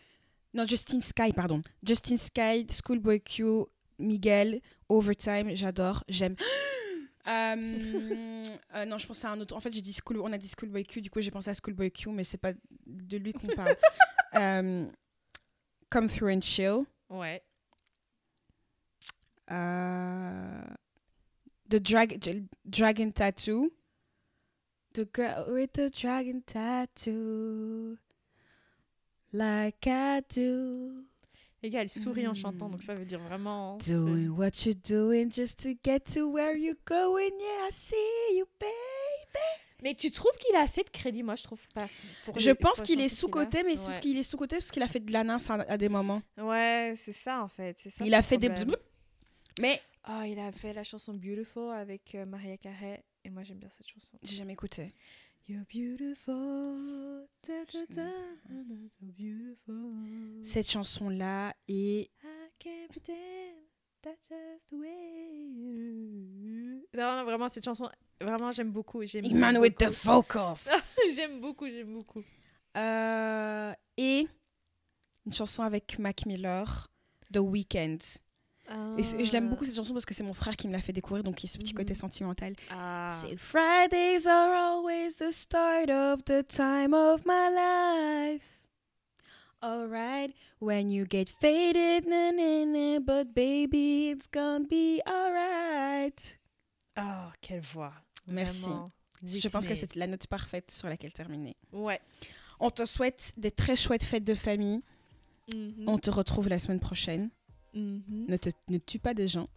Speaker 2: Non, Justin Sky, pardon. Justin Sky, Schoolboy Q, Miguel, Overtime, j'adore, j'aime. Euh, euh, non, je pensais à un autre. En fait, j'ai dit School, on a dit Schoolboy Q, du coup j'ai pensé à Schoolboy Q, mais c'est pas de lui qu'on parle. Euh, Come Through and Chill.
Speaker 3: Ouais.
Speaker 2: Euh, the drag, J- Dragon Tattoo. The girl with the dragon tattoo. Like I do.
Speaker 3: Les gars, elle sourit en chantant,
Speaker 2: Mhm.
Speaker 3: donc ça veut dire vraiment.
Speaker 2: Doing what you're doing just to get to where you're going. Yeah, I see you, babe.
Speaker 3: Mais tu trouves qu'il a assez de crédit Moi, je trouve pas. pour
Speaker 2: Je
Speaker 3: les- pour
Speaker 2: pense
Speaker 3: les
Speaker 2: qu'il est
Speaker 3: chansons qu'il a.
Speaker 2: sous-côté, mais c'est
Speaker 3: ouais.
Speaker 2: parce qu'il est sous-côté parce qu'il a fait de la nasse à, à des moments.
Speaker 3: Ouais, c'est ça en fait. c'est Ça,
Speaker 2: il
Speaker 3: son
Speaker 2: a fait des.
Speaker 3: problème.
Speaker 2: bloup. Mais
Speaker 3: Oh, il a fait la chanson Beautiful avec euh, Maria Carey. Et moi, j'aime bien cette chanson.
Speaker 2: j'ai jamais écouté.
Speaker 3: You're beautiful. da, da, da, da, da, beautiful.
Speaker 2: Cette chanson-là et
Speaker 3: I can't pretend that's just the way. Non, non, vraiment, cette chanson, vraiment, j'aime beaucoup. J'aime
Speaker 2: Iman
Speaker 3: beaucoup.
Speaker 2: with the vocals.
Speaker 3: j'aime beaucoup, j'aime beaucoup.
Speaker 2: Euh, et une chanson avec Mac Miller, The Weeknd. Et c'est- je l'aime beaucoup cette chanson parce que c'est mon frère qui me l'a fait découvrir, donc il y a ce petit
Speaker 3: Ah. Mhm.
Speaker 2: côté sentimental.
Speaker 3: Ah.
Speaker 2: C'est Fridays are always the start of the time of my life. Alright, when you get faded, na, na, na, but baby, it's gonna be alright.
Speaker 3: Oh, quelle voix.
Speaker 2: Merci.
Speaker 3: Vraiment.
Speaker 2: Je pense que
Speaker 3: Whitney.
Speaker 2: c'est la note parfaite sur laquelle terminer.
Speaker 3: Ouais.
Speaker 2: On te souhaite des très chouettes fêtes de famille.
Speaker 3: Mhm,
Speaker 2: On te retrouve la semaine prochaine.
Speaker 3: mhm.
Speaker 2: Ne, te, ne tue pas des gens.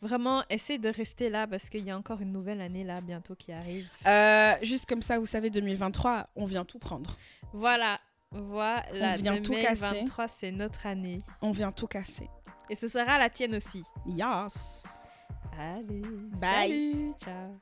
Speaker 3: Vraiment, essaye de rester là parce qu'il y a encore une nouvelle année là bientôt qui arrive.
Speaker 2: Euh, juste comme ça, vous savez, 2023, on vient tout prendre.
Speaker 3: Voilà. Voilà.
Speaker 2: On vient tout casser.
Speaker 3: 2023, c'est notre année.
Speaker 2: On vient tout casser.
Speaker 3: Et ce sera la tienne aussi.
Speaker 2: Yas!
Speaker 3: Allez.
Speaker 2: Bye.
Speaker 3: Salut. Ciao.